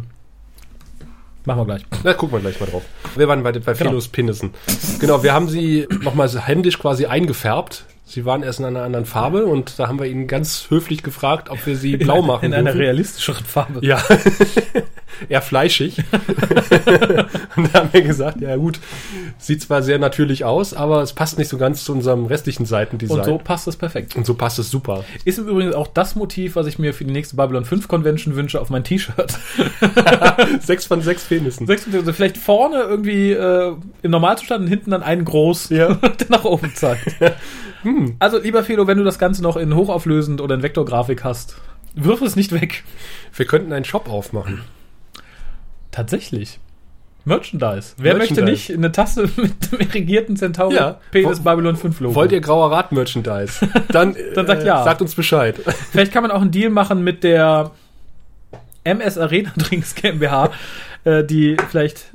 Machen wir gleich.
Na, gucken wir gleich mal drauf. Wir waren bei, bei Philos Pinnissen. Genau, wir haben sie nochmal händisch quasi eingefärbt. Sie waren erst in einer anderen Farbe und da haben wir ihn ganz höflich gefragt, ob wir sie blau machen
In einer
dürfen.
realistischeren Farbe.
Ja, eher fleischig. und da haben wir gesagt, ja gut, sieht zwar sehr natürlich aus, aber es passt nicht so ganz zu unserem restlichen Seitendesign.
Und so passt das perfekt.
und so passt es super.
Ist im Übrigen auch das Motiv, was ich mir für die nächste Babylon 5 Convention wünsche, auf mein T-Shirt.
Sechs von sechs Penissen.
Sechs- also Vielleicht vorne irgendwie äh, im Normalzustand und hinten dann einen groß,
Ja. Hm.
der nach oben zeigt. Also lieber Felo, wenn du das Ganze noch in hochauflösend oder in Vektorgrafik hast, wirf es nicht weg.
Wir könnten einen Shop aufmachen.
Tatsächlich. Merchandise. Wer möchte
Merchandise.
nicht eine Tasse mit dem irrigierten Centauri
Ja.
Penis
Wo-
Babylon 5 Logo?
Wollt ihr grauer Rat Merchandise? Dann,
Oh.
äh,
Dann sagt ja.
Sagt uns Bescheid.
Vielleicht kann man auch einen Deal machen mit der MS Arena Drinks GmbH, äh, die vielleicht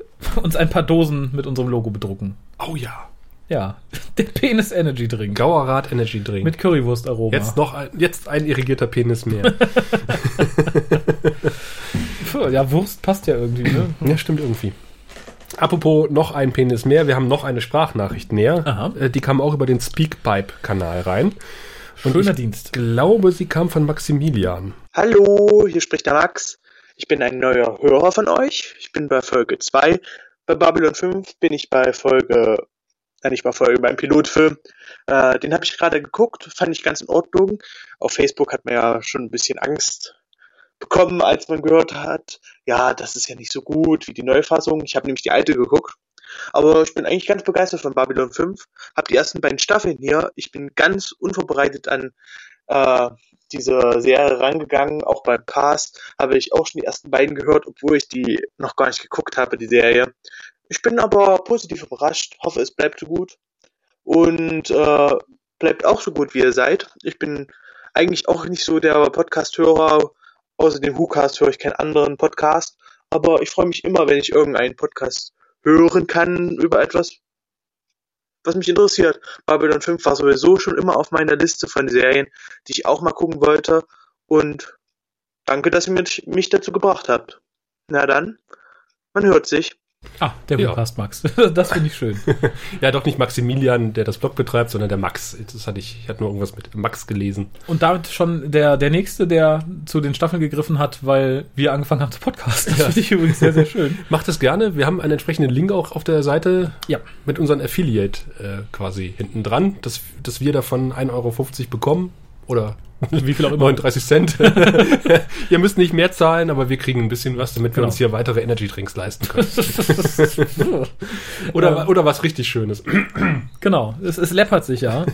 uns ein paar Dosen mit unserem Logo bedrucken.
Oh ja.
Ja, der Penis Energy Drink
Grauer Rat Energy Drink.
mit Currywurstaroma.
Jetzt noch ein, jetzt ein irrigierter Penis mehr.
Puh, ja, Wurst passt ja irgendwie, ne?
ja, stimmt irgendwie. Apropos noch ein Penis mehr, wir haben noch eine Sprachnachricht näher.
Aha.
Äh, Die kam auch über den Speakpipe-Kanal rein. Und
Schöner
ich
Dienst.
glaube, sie kam von Maximilian.
Hallo, hier spricht der Max. Ich bin ein neuer Hörer von euch. Ich bin bei Folge 2. Bei Babylon 5 bin ich bei Folge Nein, ich war vorher über einen Pilotfilm. Äh, den habe ich gerade geguckt, fand ich ganz in Ordnung. Auf Facebook hat man ja schon ein bisschen Angst bekommen, als man gehört hat, ja, das ist ja nicht so gut wie die Neufassung. Ich habe nämlich die alte geguckt. Aber ich bin eigentlich ganz begeistert von Babylon 5. Hab die ersten beiden Staffeln hier. Ich bin ganz unvorbereitet an äh, diese Serie rangegangen. Auch beim Cast habe ich auch schon die ersten beiden gehört, obwohl ich die noch gar nicht geguckt habe, die Serie. Ich bin aber positiv überrascht. Hoffe, es bleibt so gut. Und äh, bleibt auch so gut, wie ihr seid. Ich bin eigentlich auch nicht so der Podcast-Hörer. Außer dem WhoCast höre ich keinen anderen Podcast. Aber ich freue mich immer, wenn ich irgendeinen Podcast hören kann über etwas, was mich interessiert. Babylon 5 war sowieso schon immer auf meiner Liste von Serien, die ich auch mal gucken wollte. Und danke, dass ihr mich, mich dazu gebracht habt. Na dann, man hört sich.
Ah, der
Ja.
Podcast, Max. Das finde ich schön.
Ja, doch nicht Maximilian, der das Blog betreibt, sondern der Max. Das hatte ich, ich hatte nur irgendwas mit Max gelesen.
Und damit schon der, der Nächste, der zu den Staffeln gegriffen hat, weil wir angefangen haben zu podcasten. Das finde ich übrigens sehr, sehr schön.
Macht es gerne. Wir haben einen entsprechenden Link auch auf der Seite
Ja.
mit unserem Affiliate äh, quasi hinten dran, dass, dass wir davon 1,50 Euro bekommen oder
Wie viel auch immer.
39 Cent. Ihr müsst nicht mehr zahlen, aber wir kriegen ein bisschen was, damit wir
Genau.
uns hier weitere Energy Drinks leisten können. Oder,
Ähm.
oder was richtig Schönes.
Genau, es, es läppert sich ja.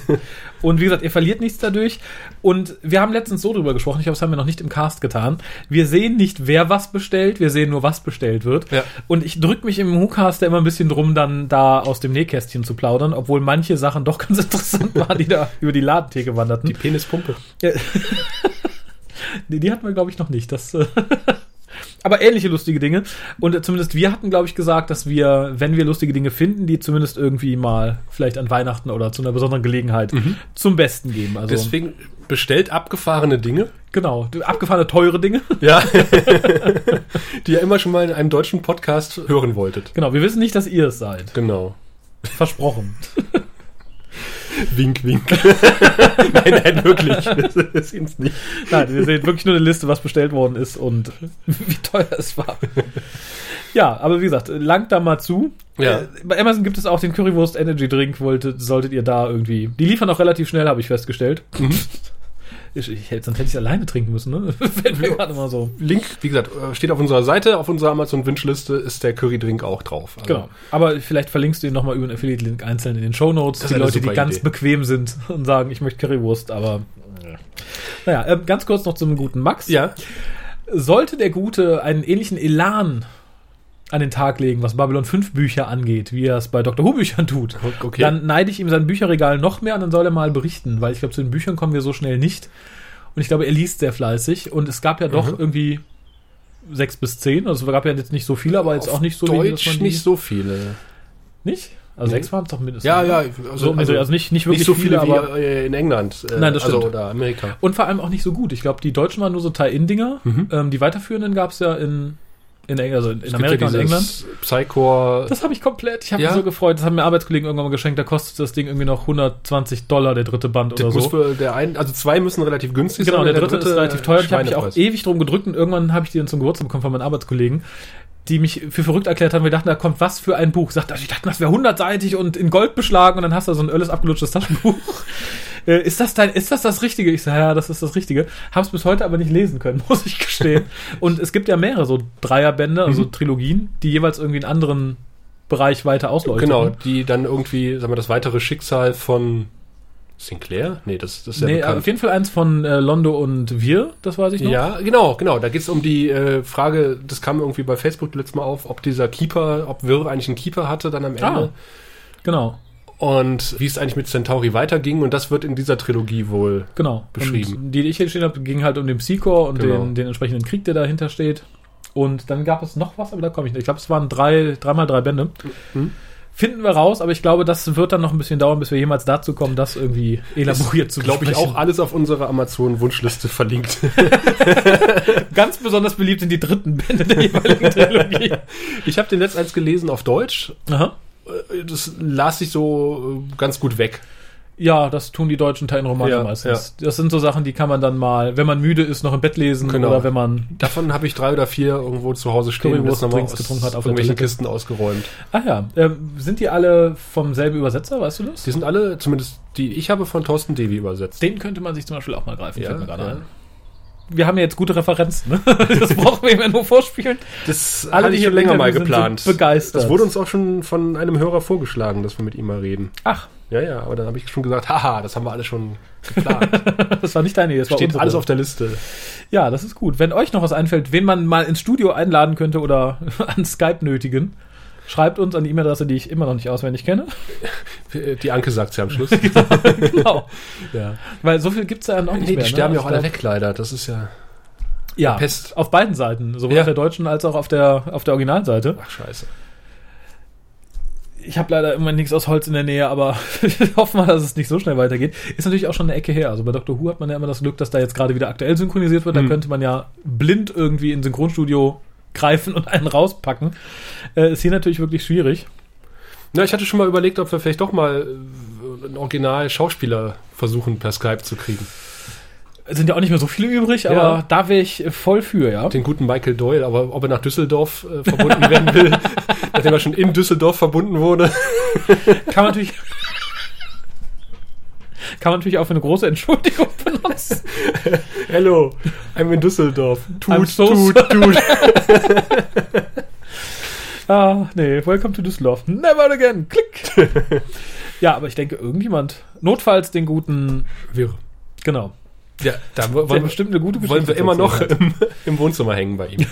Und wie gesagt, ihr verliert nichts dadurch. Und wir haben letztens so drüber gesprochen, ich glaube, das haben wir noch nicht im Cast getan. Wir sehen nicht, wer was bestellt, wir sehen nur, was bestellt wird.
Ja.
Und ich drücke mich im WhoCast ja immer ein bisschen drum, dann da aus dem Nähkästchen zu plaudern, obwohl manche Sachen doch ganz interessant waren, die da über die Ladentheke wanderten.
Die Penispumpe.
Die, die hatten wir, glaube ich, noch nicht. Das, äh, aber ähnliche lustige Dinge. Und äh, zumindest wir hatten, glaube ich, gesagt, dass wir, wenn wir lustige Dinge finden, die zumindest irgendwie mal vielleicht an Weihnachten oder zu einer besonderen Gelegenheit zum Besten geben. Also
Deswegen bestellt abgefahrene Dinge.
genau, abgefahrene teure Dinge.
Ja. die ihr immer schon mal in einem deutschen Podcast hören wolltet.
genau, wir wissen nicht, dass ihr es seid.
Genau.
Versprochen.
Wink, wink. nein, nein, wirklich. Das ist uns nicht.
Nein, ihr seht wirklich nur eine Liste, was bestellt worden ist und wie teuer es war. Ja, aber wie gesagt, langt da mal zu.
Ja.
Äh, Bei Amazon gibt es auch den Currywurst Energy Drink, wolltet, solltet ihr da irgendwie. Die liefern auch relativ schnell, habe ich festgestellt.
Mhm.
Ich, ich, hätte- sonst hätte ich es alleine trinken müssen, ne? Wenn wir gerade mal so.
Link, wie gesagt, äh, steht auf unserer Seite, auf unserer Amazon-Wunschliste ist der Curry-Drink auch drauf. Also,
Genau. Aber vielleicht verlinkst du ihn nochmal über den Affiliate-Link einzeln in den Shownotes.
Das
Die
ist eine
Leute, die
super
ganz
Idee.
bequem sind und sagen, ich möchte Currywurst, aber. Naja, äh, ganz kurz noch zum guten Max.
Ja,
sollte der Gute einen ähnlichen Elan an den Tag legen, was Babylon 5 Bücher angeht, wie er es bei Dr. Who Büchern tut,
Okay.
dann neide ich ihm sein Bücherregal noch mehr und dann soll er mal berichten, weil ich glaube, zu den Büchern kommen wir so schnell nicht. Und ich glaube, er liest sehr fleißig und es gab ja doch
Mhm.
irgendwie sechs bis zehn, also es gab ja jetzt nicht so viele, aber jetzt auch nicht so wenige, dass
Deutsch
man die-
nicht so viele.
Nicht? Also sechs waren es doch mindestens.
Ja, ja,
So, also, also nicht, nicht wirklich
nicht so viele,
aber
wie äh, in England. äh,
Nein, das
also,
stimmt.
Oder Amerika.
Und vor allem auch nicht so gut. Ich glaube, die Deutschen waren nur so Teil-In-Dinger.
Mhm.
Ähm, die weiterführenden gab es ja in, in, Engl also in Amerika und England.
Psychor.
Das habe ich komplett. Ich habe
Ja?
mich so gefreut. Das haben mir Arbeitskollegen irgendwann mal geschenkt. Da kostet das Ding irgendwie noch 120 Dollar, der dritte Band oder
Das muss
so.
für der ein, also zwei müssen relativ günstig
Genau,
sein. äh,
der, dritte, ist relativ teuer. Ich habe mich auch
eh.
ewig drum gedrückt und irgendwann habe ich die dann zum Geburtstag bekommen von meinen Arbeitskollegen, die mich für verrückt erklärt haben. Wir dachten, da kommt was für ein Buch. Sagt, ich dachte, das wäre 100-seitig und in Gold beschlagen und dann hast du so ein ölles abgelutschtes Taschenbuch. Äh, ist das dein, ist das das Richtige? Ich sage, ja, das ist das Richtige. Hab's bis heute aber nicht lesen können, muss ich gestehen. Und es gibt ja mehrere so Dreierbände, also Trilogien, die jeweils irgendwie einen anderen Bereich weiter ausleuchten.
Genau, die dann irgendwie, sagen wir, das weitere Schicksal von Sinclair? Nee, das, das ist ja
nee,
bekannt.
auf jeden Fall eins von äh, Londo und Wir, das weiß ich noch.
Ja, genau, genau. Da geht's um die äh, Frage, das kam irgendwie bei Facebook letztes Mal auf, ob dieser Keeper, ob Wirr eigentlich einen Keeper hatte dann am
Ah,
Ende
genau,
und wie es eigentlich mit Centauri weiterging und das wird in dieser Trilogie wohl.
genau.
Beschrieben.
Und die, die ich hier geschrieben habe, ging halt um den Psychor und
Genau.
den, den entsprechenden Krieg, der dahinter steht. Und dann gab es noch was, aber da komme ich nicht. Ich glaube, es waren drei, dreimal drei Bände. Mhm. Finden wir raus, aber ich glaube, das wird dann noch ein bisschen dauern, bis wir jemals dazu kommen, das irgendwie elaboriert zu
Glaube ich
besprechen.
auch alles auf unserer Amazon-Wunschliste verlinkt.
Ganz besonders beliebt sind die dritten Bände der jeweiligen Trilogie.
Ich habe den letzten eins gelesen auf Deutsch.
Aha.
Das las ich so äh, ganz gut weg.
Ja, das tun die deutschen Teilenromane
Ja,
meistens. Das sind so Sachen, die kann man dann mal, wenn man müde ist, noch im Bett lesen
Genau.
oder wenn man.
Davon habe ich drei oder vier irgendwo zu Hause stehen
Currywurst
nochmal
Drinks getrunken hat auf der
irgendwelchen
Toilette.
Kisten ausgeräumt.
Ach ja, ähm, sind die alle vom selben Übersetzer, weißt du das?
Die sind alle, zumindest die ich habe, von Thorsten Devi übersetzt.
Den könnte man sich zum Beispiel auch mal greifen,
Ja,
fällt mir gerade
ja.
ein. Wir haben ja jetzt gute Referenzen, ne? Das brauchen wir immer nur vorspielen.
Das
Alle,
hatte
die
ich
im
schon länger
Interview
mal
sind,
geplant.
sind begeistert.
Das wurde uns auch schon von einem Hörer vorgeschlagen, dass wir mit ihm mal reden.
Ach,
Ja, ja, aber dann habe ich schon gesagt, haha, das haben wir alle schon geplant.
das war nicht deine Idee, das war
Steht
unsere.
alles auf der Liste.
Ja, das ist gut. Wenn euch noch was einfällt, wen man mal ins Studio einladen könnte oder an Skype nötigen, schreibt uns an die E-Mail-Adresse, die ich immer noch nicht auswendig kenne.
Äh, Die Anke sagt ja am Schluss.
genau.
ja.
Weil so viel gibt's ja noch nicht
Nee,
mehr.
die sterben
ne?
ja auch alle weg, leider. Das ist ja.
Ja,
Pest.
auf beiden Seiten, sowohl
Ja.
auf der deutschen als auch auf der, auf der Originalseite.
Ach, scheiße.
Ich habe leider immer nichts aus Holz in der Nähe, aber hoffen wir, dass es nicht so schnell weitergeht. Ist natürlich auch schon eine Ecke her. Also bei Doctor Who hat man ja immer das Glück, dass da jetzt gerade wieder aktuell synchronisiert wird. Da könnte man ja blind irgendwie in Synchronstudio greifen und einen rauspacken. Äh, ist hier natürlich wirklich schwierig.
Na, ich hatte schon mal überlegt, ob wir vielleicht doch mal äh, einen Original-Schauspieler versuchen, per Skype zu kriegen.
Es sind ja auch nicht mehr so viele übrig, aber
Ja.
da wäre ich äh, voll für, ja.
Den guten Michael Doyle, aber ob er nach Düsseldorf äh, verbunden werden will, nachdem er schon in Düsseldorf verbunden wurde.
Kann man natürlich. Kann man natürlich auch für eine große Entschuldigung benutzen.
Hello, I'm in Düsseldorf.
I'm
Tut,
so
tut, tut.
Ah, nee, welcome to Düsseldorf. Never again. Klick. ja, aber ich denke, irgendjemand. Notfalls den guten.
Wir,
Genau.
ja, da wo-
Wollen
wollen,
bestimmt eine gute
wir- wollen
Geschichte.
wir immer
zu
noch
erzählen
im, im Wohnzimmer hängen bei ihm.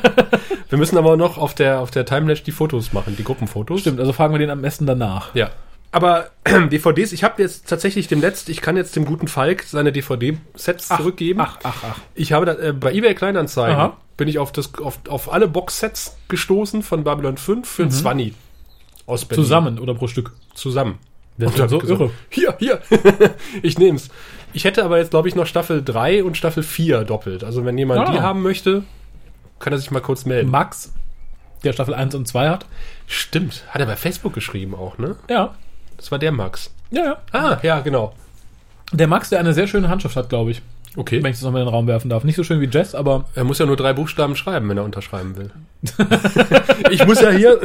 wir müssen aber noch auf der, auf der Timelapse die Fotos machen, die Gruppenfotos.
haben. Stimmt, also fragen wir den am besten danach.
Ja. Aber DVDs, ich habe jetzt tatsächlich dem letzten, ich kann jetzt dem guten Falk seine DVD-Sets zurückgeben.
Ach, ach, ach.
Ich habe da, äh, bei eBay Kleinanzeigen
Aha.
bin ich auf, das, auf, auf alle Boxsets gestoßen von Babylon 5 für ein 20 aus Berlin.
Mhm. Zusammen oder pro Stück.
Zusammen.
Das
Und dann so irre. Hier, hier. ich nehm's. Ich hätte aber jetzt, glaube ich, noch Staffel 3 und Staffel 4 doppelt. Also wenn jemand
Ah.
die haben möchte, kann er sich mal kurz melden.
Max, der Staffel 1 und 2 hat.
Stimmt. Hat er bei Facebook geschrieben auch, ne?
Ja.
Das war der Max.
Ja, ja.
Ah, ja, genau.
Der Max, der eine sehr schöne Handschrift hat, glaube ich.
Okay.
Wenn ich das nochmal in den Raum werfen darf. Nicht so schön wie Jess, aber
Er muss ja nur drei Buchstaben schreiben, wenn er unterschreiben will. ich muss ja hier.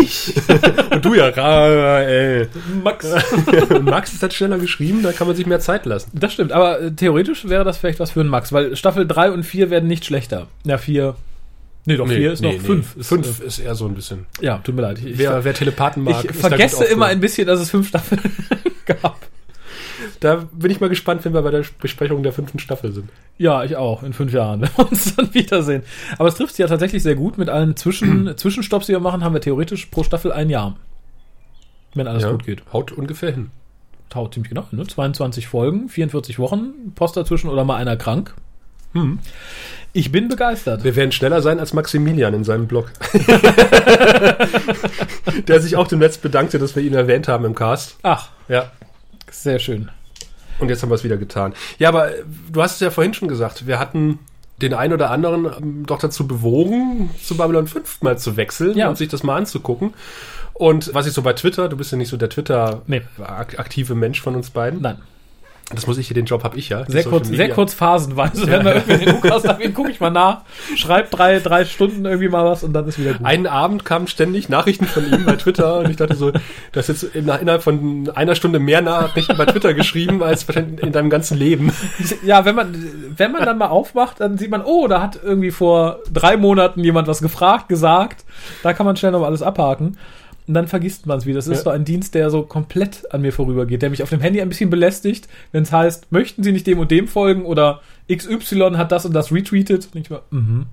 Ich. Und du ja. Rael.
Max.
Max ist halt schneller geschrieben, da kann man sich mehr Zeit lassen.
Das stimmt, aber äh, theoretisch wäre das vielleicht was für einen Max, weil Staffel 3 und 4 werden nicht schlechter. Ja, 4. Nee, doch, 4 ist noch 5.
Ist, fünf ist eher so ein bisschen.
Äh, ja, tut mir leid. Ich, ich,
Wer, wer Telepathen mag.
ich
ist da gut
vergesse immer ein
aufgehoben.
bisschen, dass es 5 Staffeln gab.
Da bin ich mal gespannt, wenn wir bei der Besprechung der fünften Staffel sind.
Ja, ich auch, in fünf Jahren, wenn wir uns dann wiedersehen. Aber es trifft sie ja tatsächlich sehr gut. Mit allen Zwischen Zwischenstopps, die wir machen, haben wir theoretisch pro Staffel ein Jahr. Wenn alles gut geht.
Haut ungefähr hin.
Taut ziemlich genau, ne? 22 Folgen, 44 Wochen, Post dazwischen oder mal einer krank. Hm. Ich bin begeistert.
Wir werden schneller sein als Maximilian in seinem Blog. der sich auch demnächst bedankte, dass wir ihn erwähnt haben im Cast.
Ach,
Ja,
sehr schön.
Und jetzt haben wir es wieder getan. Ja, aber äh, du hast es ja vorhin schon gesagt, wir hatten den einen oder anderen ähm, doch dazu bewogen, zu Babylon 5 mal zu wechseln
Ja.
und sich das mal anzugucken. Und was ich so bei Twitter, du bist ja nicht so der
Nee.
Twitter-aktive Mensch von uns beiden.
Nein.
Das muss ich hier, den Job habe ich ja.
Sehr
Social
kurz,
Media.
sehr kurz phasenweise. Wenn wir irgendwie den Lukas haben, gucke ich mal nach, schreib drei, drei Stunden irgendwie mal was und dann ist wieder gut.
Einen Abend kamen ständig Nachrichten von ihm bei Twitter und ich dachte so, du hast jetzt in- innerhalb von einer Stunde mehr Nachrichten bei Twitter geschrieben als wahrscheinlich in deinem ganzen Leben.
Ja, wenn man, wenn man dann mal aufmacht, dann sieht man, oh, da hat irgendwie vor drei Monaten jemand was gefragt, gesagt. Da kann man schnell nochmal alles abhaken. Und dann vergisst man es wieder. Das ist
Ja.
so ein Dienst, der so komplett an mir vorübergeht, der mich auf dem Handy ein bisschen belästigt, wenn es heißt, möchten Sie nicht dem und dem folgen oder XY hat das und das retweetet. Denke ich mal, mhm.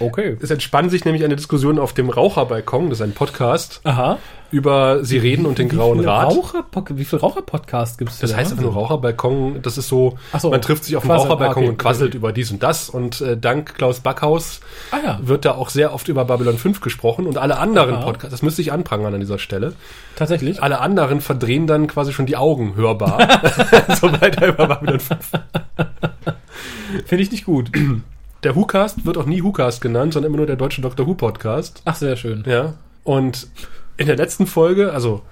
Okay.
Es entspann sich nämlich eine Diskussion auf dem Raucherbalkon, das ist ein Podcast,
Aha.
über Sie reden und den grauen
viele
Rat.
Raucher wie viele Raucher-Podcasts gibt es
Das heißt einfach nur Raucherbalkon, das ist so,
Ach so,
man trifft sich auf dem
Quasseln,
Raucherbalkon
okay,
und quasselt über dies und das und äh, dank Klaus Backhaus
Ah ja,
wird da auch sehr oft über Babylon 5 gesprochen und alle anderen
Aha.
Podcasts, das müsste ich anprangern an dieser Stelle,
tatsächlich.
alle anderen verdrehen dann quasi schon die Augen hörbar, sobald er über Babylon 5.
Finde ich nicht gut.
Der WhoCast wird auch nie WhoCast genannt, sondern immer nur der deutsche Dr. Who Podcast.
Ach, sehr schön.
Ja. Und in der letzten Folge, also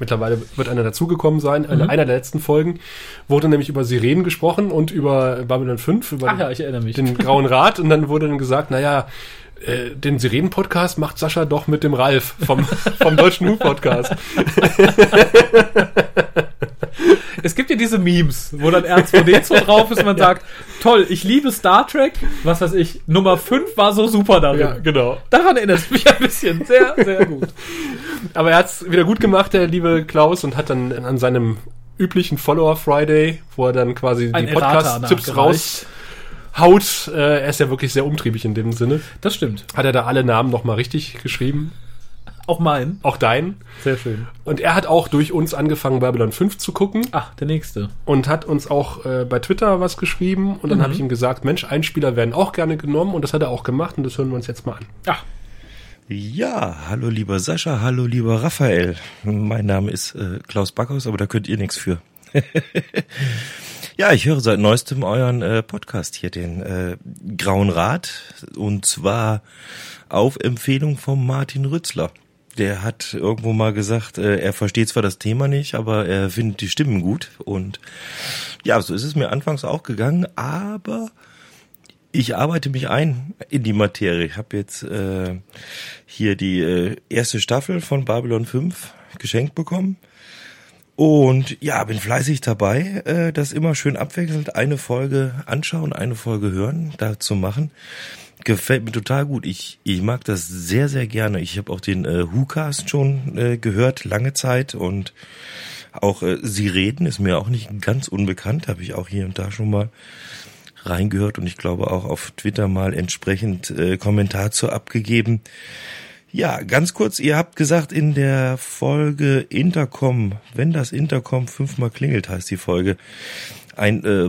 Mittlerweile wird einer dazugekommen sein.
Mhm.
In einer der letzten Folgen wurde nämlich über Sirenen gesprochen und über Babylon 5, über
Ach ja, ich erinnere mich.
den Grauen Rat. Und dann wurde dann gesagt, naja, äh, den Sirenen-Podcast macht Sascha doch mit dem Ralf vom, vom Deutschen Who-Podcast.
Es gibt ja diese Memes, wo dann R2D2 drauf ist und man sagt, toll, ich liebe Star Trek, was weiß ich, Nummer 5 war so super darin.
genau.
Daran erinnert es mich ein bisschen. Sehr, sehr gut.
Aber er hat's wieder gut gemacht, der liebe Klaus, und hat dann an seinem üblichen Follower Friday, wo er dann quasi
Ein
die
Errata
Podcast-Tipps
nachgereicht.
raushaut. Äh, er ist ja wirklich sehr umtriebig in dem Sinne.
Das stimmt.
Hat er da alle Namen nochmal richtig geschrieben.
Auch mein.
Auch deinen.
Sehr schön.
Und er hat auch durch uns angefangen, Babylon 5 zu gucken
Ach, Ah, der nächste.
und hat uns auch äh, bei Twitter was geschrieben. Und dann habe ich
Mhm.
ihm gesagt, Mensch, Einspieler werden auch gerne genommen. Und das hat er auch gemacht. Und das hören wir uns jetzt mal an.
Ach,
Ja, hallo lieber Sascha, hallo lieber Raphael. Mein Name ist äh, Klaus Backhaus, aber da könnt ihr nichts für. ja, ich höre seit neuestem euren äh, Podcast hier, den äh, Grauen Rat, und zwar auf Empfehlung von Martin Rützler. Der hat irgendwo mal gesagt, äh, er versteht zwar das Thema nicht, aber er findet die Stimmen gut. Und ja, so ist es mir anfangs auch gegangen, aber ich arbeite mich ein in die Materie. Ich habe jetzt äh, hier die äh, erste Staffel von Babylon 5 geschenkt bekommen. Und ja, bin fleißig dabei, äh, das immer schön abwechselnd eine Folge anschauen, eine Folge hören, dazu machen. Gefällt mir total gut. Ich, ich mag das sehr, sehr gerne. Ich habe auch den äh, Who-Cast schon äh, gehört, lange Zeit. Und auch äh, Sie reden ist mir auch nicht ganz unbekannt. Habe ich auch hier und da schon mal reingehört und ich glaube auch auf Twitter mal entsprechend äh, Kommentar zu abgegeben. Ja, ganz kurz, ihr habt gesagt in der Folge Intercom, wenn das Intercom fünfmal klingelt, heißt die Folge, ein äh,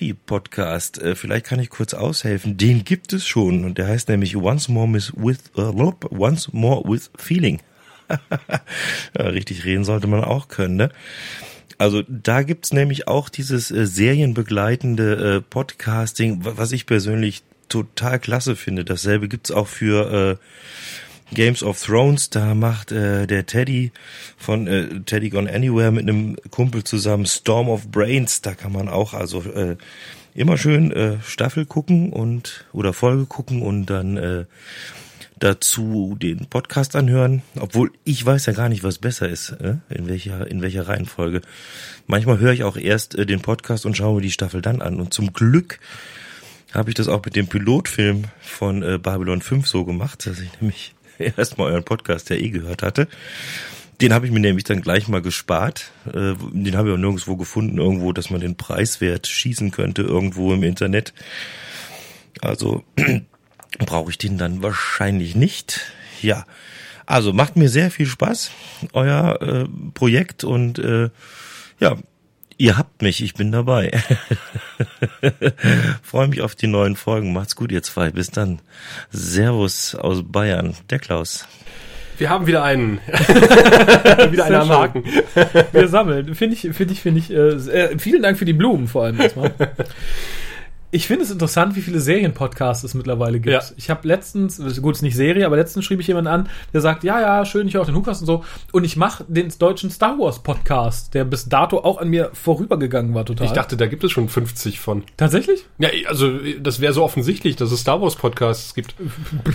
Buffy-Podcast, äh, vielleicht kann ich kurz aushelfen, den gibt es schon und der heißt nämlich Once More Miss with, äh, Once More with Feeling. ja, richtig reden sollte man auch können, ne? Also da gibt's nämlich auch dieses äh, serienbegleitende äh, Podcasting, wa- was ich persönlich total klasse finde. Dasselbe gibt's auch für äh, Games of Thrones. Da macht äh, der Teddy von äh, Teddy Gone Anywhere mit einem Kumpel zusammen Storm of Brains. Da kann man auch also äh, immer schön äh, Staffel gucken und oder Folge gucken und dann äh, dazu den Podcast anhören, obwohl ich weiß ja gar nicht, was besser ist, äh, in welcher in welcher Reihenfolge. Manchmal höre ich auch erst äh, den Podcast und schaue mir die Staffel dann an und zum Glück habe ich das auch mit dem Pilotfilm von äh, Babylon 5 so gemacht, dass ich nämlich erstmal euren Podcast ja eh gehört hatte. Den habe ich mir nämlich dann gleich mal gespart. Äh, Den habe ich auch nirgendwo gefunden, irgendwo, dass man den Preiswert schießen könnte, irgendwo im Internet. Also brauche ich den dann wahrscheinlich nicht. Ja, also macht mir sehr viel Spaß, euer äh, Projekt und äh, ja, ihr habt mich, ich bin dabei. Freue mich auf die neuen Folgen. Macht's gut, ihr zwei. Bis dann. Servus aus Bayern, der Klaus.
Wir haben wieder einen. wieder einen am
schön.
Haken.
wir sammeln. Finde ich, finde ich, finde ich. Äh, sehr- vielen Dank für die Blumen vor allem erstmal. Ich finde es interessant, wie viele Serienpodcasts es mittlerweile gibt.
Ja.
Ich habe letztens, gut, ist nicht Serie, aber letztens schrieb ich jemanden an, der sagt, ja, ja, schön, ich höre auch den Hukas und so. Und ich mache den deutschen Star Wars Podcast, der bis dato auch an mir vorübergegangen war total.
Ich dachte, da gibt es schon 50 von.
tatsächlich?
Ja, also das wäre so offensichtlich, dass es Star Wars Podcasts gibt.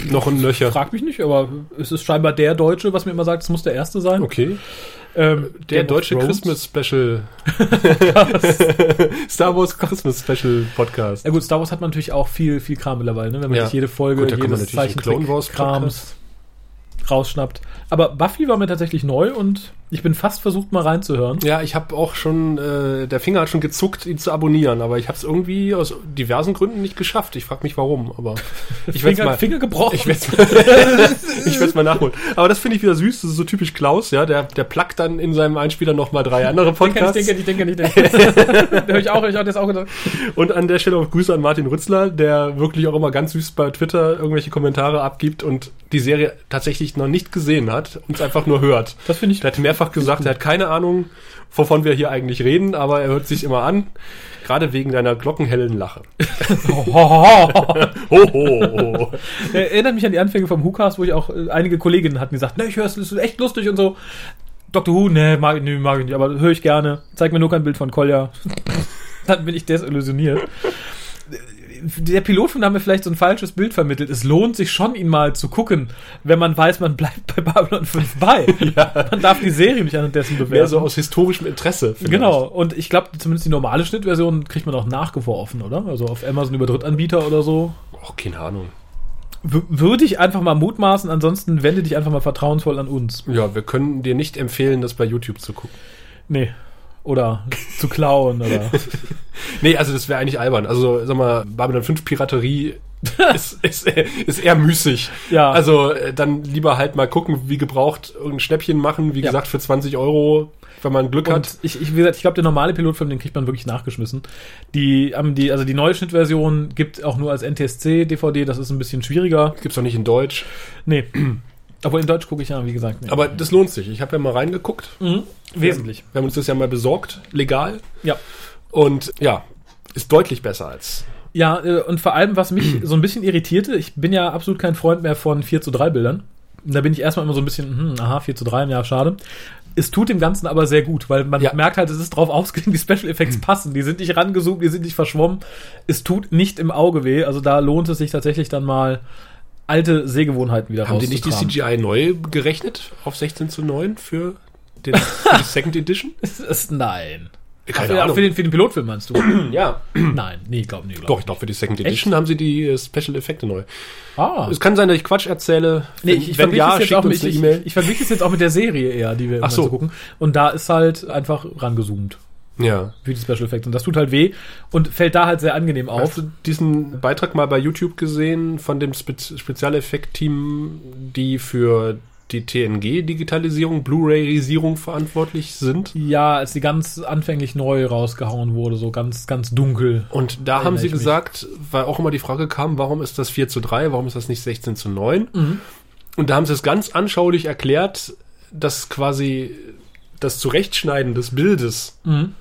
Noch ein Löcher.
Frag mich nicht, aber es ist scheinbar der Deutsche, was mir immer sagt, es muss der Erste sein.
Okay.
Ähm,
Der
Game of
deutsche
Thrones.
Christmas Special. Star Wars Christmas Special Podcast.
Ja gut, Star Wars hat man natürlich auch viel, viel Kram mittlerweile, ne? Wenn man
Ja.
nicht jede Folge,
Gut, da kann man
jedes
natürlich einen Clone Wars
Zeichentrick-Krams rausschnappt. Aber Buffy war mir tatsächlich neu und ich bin fast versucht, mal reinzuhören.
Ja, ich habe auch schon, äh, der Finger hat schon gezuckt, ihn zu abonnieren, aber ich habe es irgendwie aus diversen Gründen nicht geschafft. Ich frage mich warum, aber ich werde
Finger,
mal,
Finger gebrochen.
ich werd's mal, ich werd's mal nachholen. Aber das finde ich wieder süß, das ist so typisch Klaus, ja, der, der plackt dann in seinem Einspieler nochmal drei andere
denke
Podcasts.
nicht, denke nicht, denke nicht, denke nicht. da hab ich auch, hab ich auch das auch gedacht.
Und an der Stelle auch Grüße an Martin Rützler, der wirklich auch immer ganz süß bei Twitter irgendwelche Kommentare abgibt und die Serie tatsächlich noch nicht gesehen hat und es einfach nur hört.
Das finde ich.
Der hat mehrfach gesagt, er hat keine Ahnung, wovon wir hier eigentlich reden, aber er hört sich immer an, gerade wegen deiner glockenhellen Lache.
Oh,
Ho, ho, ho.
Erinnert mich an die Anfänge vom Hukas, wo ich auch äh, einige Kolleginnen hatten die gesagt, ne, ich höre es, ist echt lustig und so. Dr. Who, ne, mag, nee, mag ich nicht, aber höre ich gerne. Zeig mir nur kein Bild von Kolja. Dann bin ich desillusioniert. Der Pilotfilm hat mir vielleicht so ein falsches Bild vermittelt. Es lohnt sich schon, ihn mal zu gucken, wenn man weiß, man bleibt bei Babylon 5 bei. Man darf die Serie nicht andessen bewerten.
Mehr so aus historischem Interesse. vielleicht.
Genau, und ich glaube, zumindest die normale Schnittversion kriegt man auch nachgeworfen, oder? Also auf Amazon über Drittanbieter oder so.
Och, keine Ahnung.
W würde ich einfach mal mutmaßen, ansonsten wende dich einfach mal vertrauensvoll an uns.
Ja, wir können dir nicht empfehlen, das bei YouTube zu gucken.
Nee. Oder zu klauen oder.
Nee, also das wäre eigentlich albern. Also, sag mal, Babylon 5 Piraterie ist, ist, ist eher müßig.
Ja.
Also, äh, dann lieber halt mal gucken, wie gebraucht, irgendein Schnäppchen machen, wie
Ja.
gesagt, für 20 Euro, wenn man Glück hat.
Und ich, ich, wie gesagt, ich glaube, der normale Pilotfilm, den kriegt man wirklich nachgeschmissen. Die, haben die, also die neue Schnittversion gibt auch nur als NTSC-DVD, das ist ein bisschen schwieriger.
Gibt's doch nicht in Deutsch.
Nee. Obwohl in Deutsch gucke ich ja, wie gesagt. Nee.
Aber das lohnt sich. Ich habe ja mal reingeguckt.
Mhm. wesentlich.
Wir haben uns das ja mal besorgt, legal.
Ja.
Und ja, ist deutlich besser als.
Ja, äh, und vor allem, was mich so ein bisschen irritierte, ich bin ja absolut kein Freund mehr von 4 zu 3 Bildern. Da bin ich erstmal immer so ein bisschen, hm, aha, 4 zu 3, ja, schade. Es tut dem Ganzen aber sehr gut, weil man
Ja. Hm.
merkt halt, es ist drauf ausgelegt, die Special Effects passen. Die sind nicht rangezoomt, die sind nicht verschwommen. Es tut nicht im Auge weh. Also da lohnt es sich tatsächlich dann mal, alte Sehgewohnheiten wieder
Haben die nicht die
rauszukramen.
CGI neu gerechnet auf 16 zu 9 für, den, für die Second Edition?
Es ist, nein.
Keine
für,
Ahnung.
Für, den, für den Pilotfilm meinst du?
Ja.
nein, nee, glaub nicht. Glaub.
Doch, ich glaube, für die Second Edition haben sie die äh, Special Effekte neu.
Ah.
Es kann sein, dass ich Quatsch erzähle.
Nee, ich, ich
Wenn
vergleiche es
ja,
jetzt
schickt
auch
uns
mit,
eine
ich,
E-Mail.
ich vergleiche es jetzt auch mit der Serie eher, die wir immer
Ach so.
so gucken. Und da ist halt einfach rangesumt
Ja.
für die Special Effects. Und das tut halt weh und fällt da halt sehr angenehm
Hast
auf.
du diesen Beitrag mal bei YouTube gesehen von dem Spe Spezialeffekt-Team, die für die TNG-Digitalisierung, Blu-ray-Risierung verantwortlich sind?
Ja, als die ganz anfänglich neu rausgehauen wurde, so ganz, ganz dunkel.
Und da haben
Erinnere
sie
ich mich.
gesagt, weil auch immer die Frage kam, warum ist das 4 zu 3, warum ist das nicht 16 zu 9?
Mhm.
Und da haben sie es ganz anschaulich erklärt, dass quasi das Zurechtschneiden des Bildes
Mhm.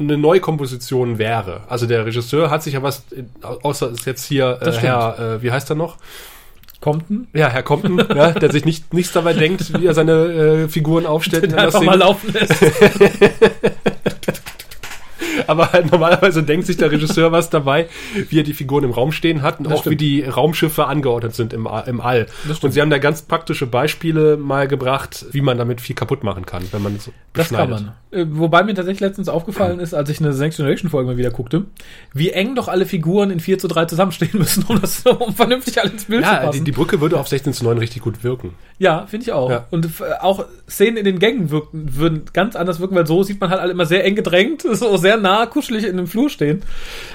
eine Neukomposition wäre. Also der Regisseur hat sich ja was, äh, außer ist jetzt hier äh,
Das stimmt.
Herr, äh, wie heißt er noch?
Compton,
Ja, Herr Compton, ja, der sich nicht, nichts dabei denkt, wie er seine äh, Figuren aufstellt. in
der
einer
einfach
Szene.
mal laufen lässt.
Aber halt normalerweise denkt sich der Regisseur was dabei, wie er die Figuren im Raum stehen hat und auch
stimmt.
wie die Raumschiffe angeordnet sind im, A- im All.
stimmt.
Und sie haben da ganz praktische Beispiele mal gebracht, wie man damit viel kaputt machen kann, wenn man so
Das kann
beschneidet.
man. Äh, Wobei mir tatsächlich letztens aufgefallen ist, als ich eine The Next Generation Folge mal wieder guckte, wie eng doch alle Figuren in 4 zu 3 zusammenstehen müssen, um das um vernünftig alle ins Bild zu
Ja,
passen.
die, die Brücke würde auf 16 zu 9 richtig gut wirken.
Ja, finde ich auch.
Ja.
Und f- auch Szenen in den Gängen wirkten, würden ganz anders wirken, weil so sieht man halt alle immer sehr eng gedrängt, so sehr nah kuschelig in dem Flur stehen.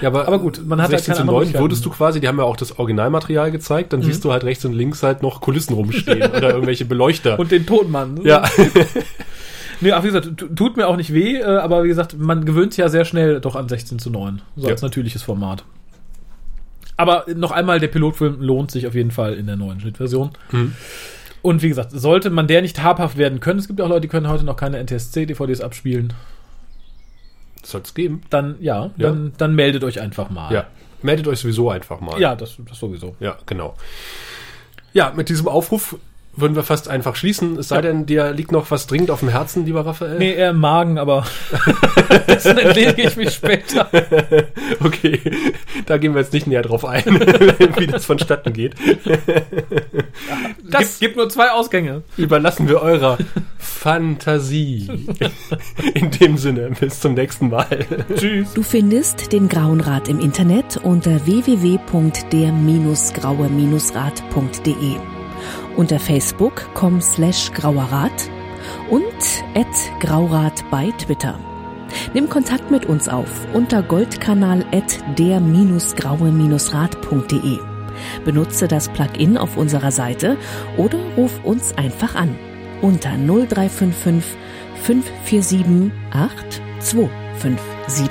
Ja, aber,
Aber gut, man hat halt
16
keine
zu
andere
9
Möglichkeit. Mhm.
würdest du quasi, die haben ja auch das Originalmaterial gezeigt, dann siehst du halt rechts und links halt noch Kulissen rumstehen oder irgendwelche Beleuchter.
Und den Todmann.
ja,
Nee, aber wie gesagt, tu- tut mir auch nicht weh, äh, aber wie gesagt, man gewöhnt sich ja sehr schnell doch an 16 zu 9. So
Ja.
als natürliches Format. Aber noch einmal, der Pilotfilm lohnt sich auf jeden Fall in der neuen Schnittversion.
Hm.
Und wie gesagt, sollte man der nicht habhaft werden können, es gibt ja auch Leute, die können heute noch keine NTSC-DVDs abspielen,
soll es geben.
dann ja,
Ja.
Dann, dann meldet euch einfach mal.
Ja, meldet euch sowieso einfach mal.
Ja, das, das sowieso.
Ja, genau. Ja, mit diesem Aufruf würden wir fast einfach schließen. Es sei denn, dir liegt noch was dringend auf dem Herzen, lieber Raphael.
Nee, eher im Magen, aber das entledige ich mich später.
Okay, da gehen wir jetzt nicht näher drauf ein, wie das vonstatten geht.
Das gibt, nur zwei Ausgänge.
Überlassen wir eurer Fantasie. In dem Sinne, bis zum nächsten Mal.
Tschüss.
Du findest den Grauen Rat im Internet unter www.der-graue-rat.de, unter facebook.com slash grauerrat und at graurat bei Twitter. Nimm Kontakt mit uns auf unter goldkanal at der-graue-rat.de. Benutze das Plugin auf unserer Seite oder ruf uns einfach an unter 0355 547 8257.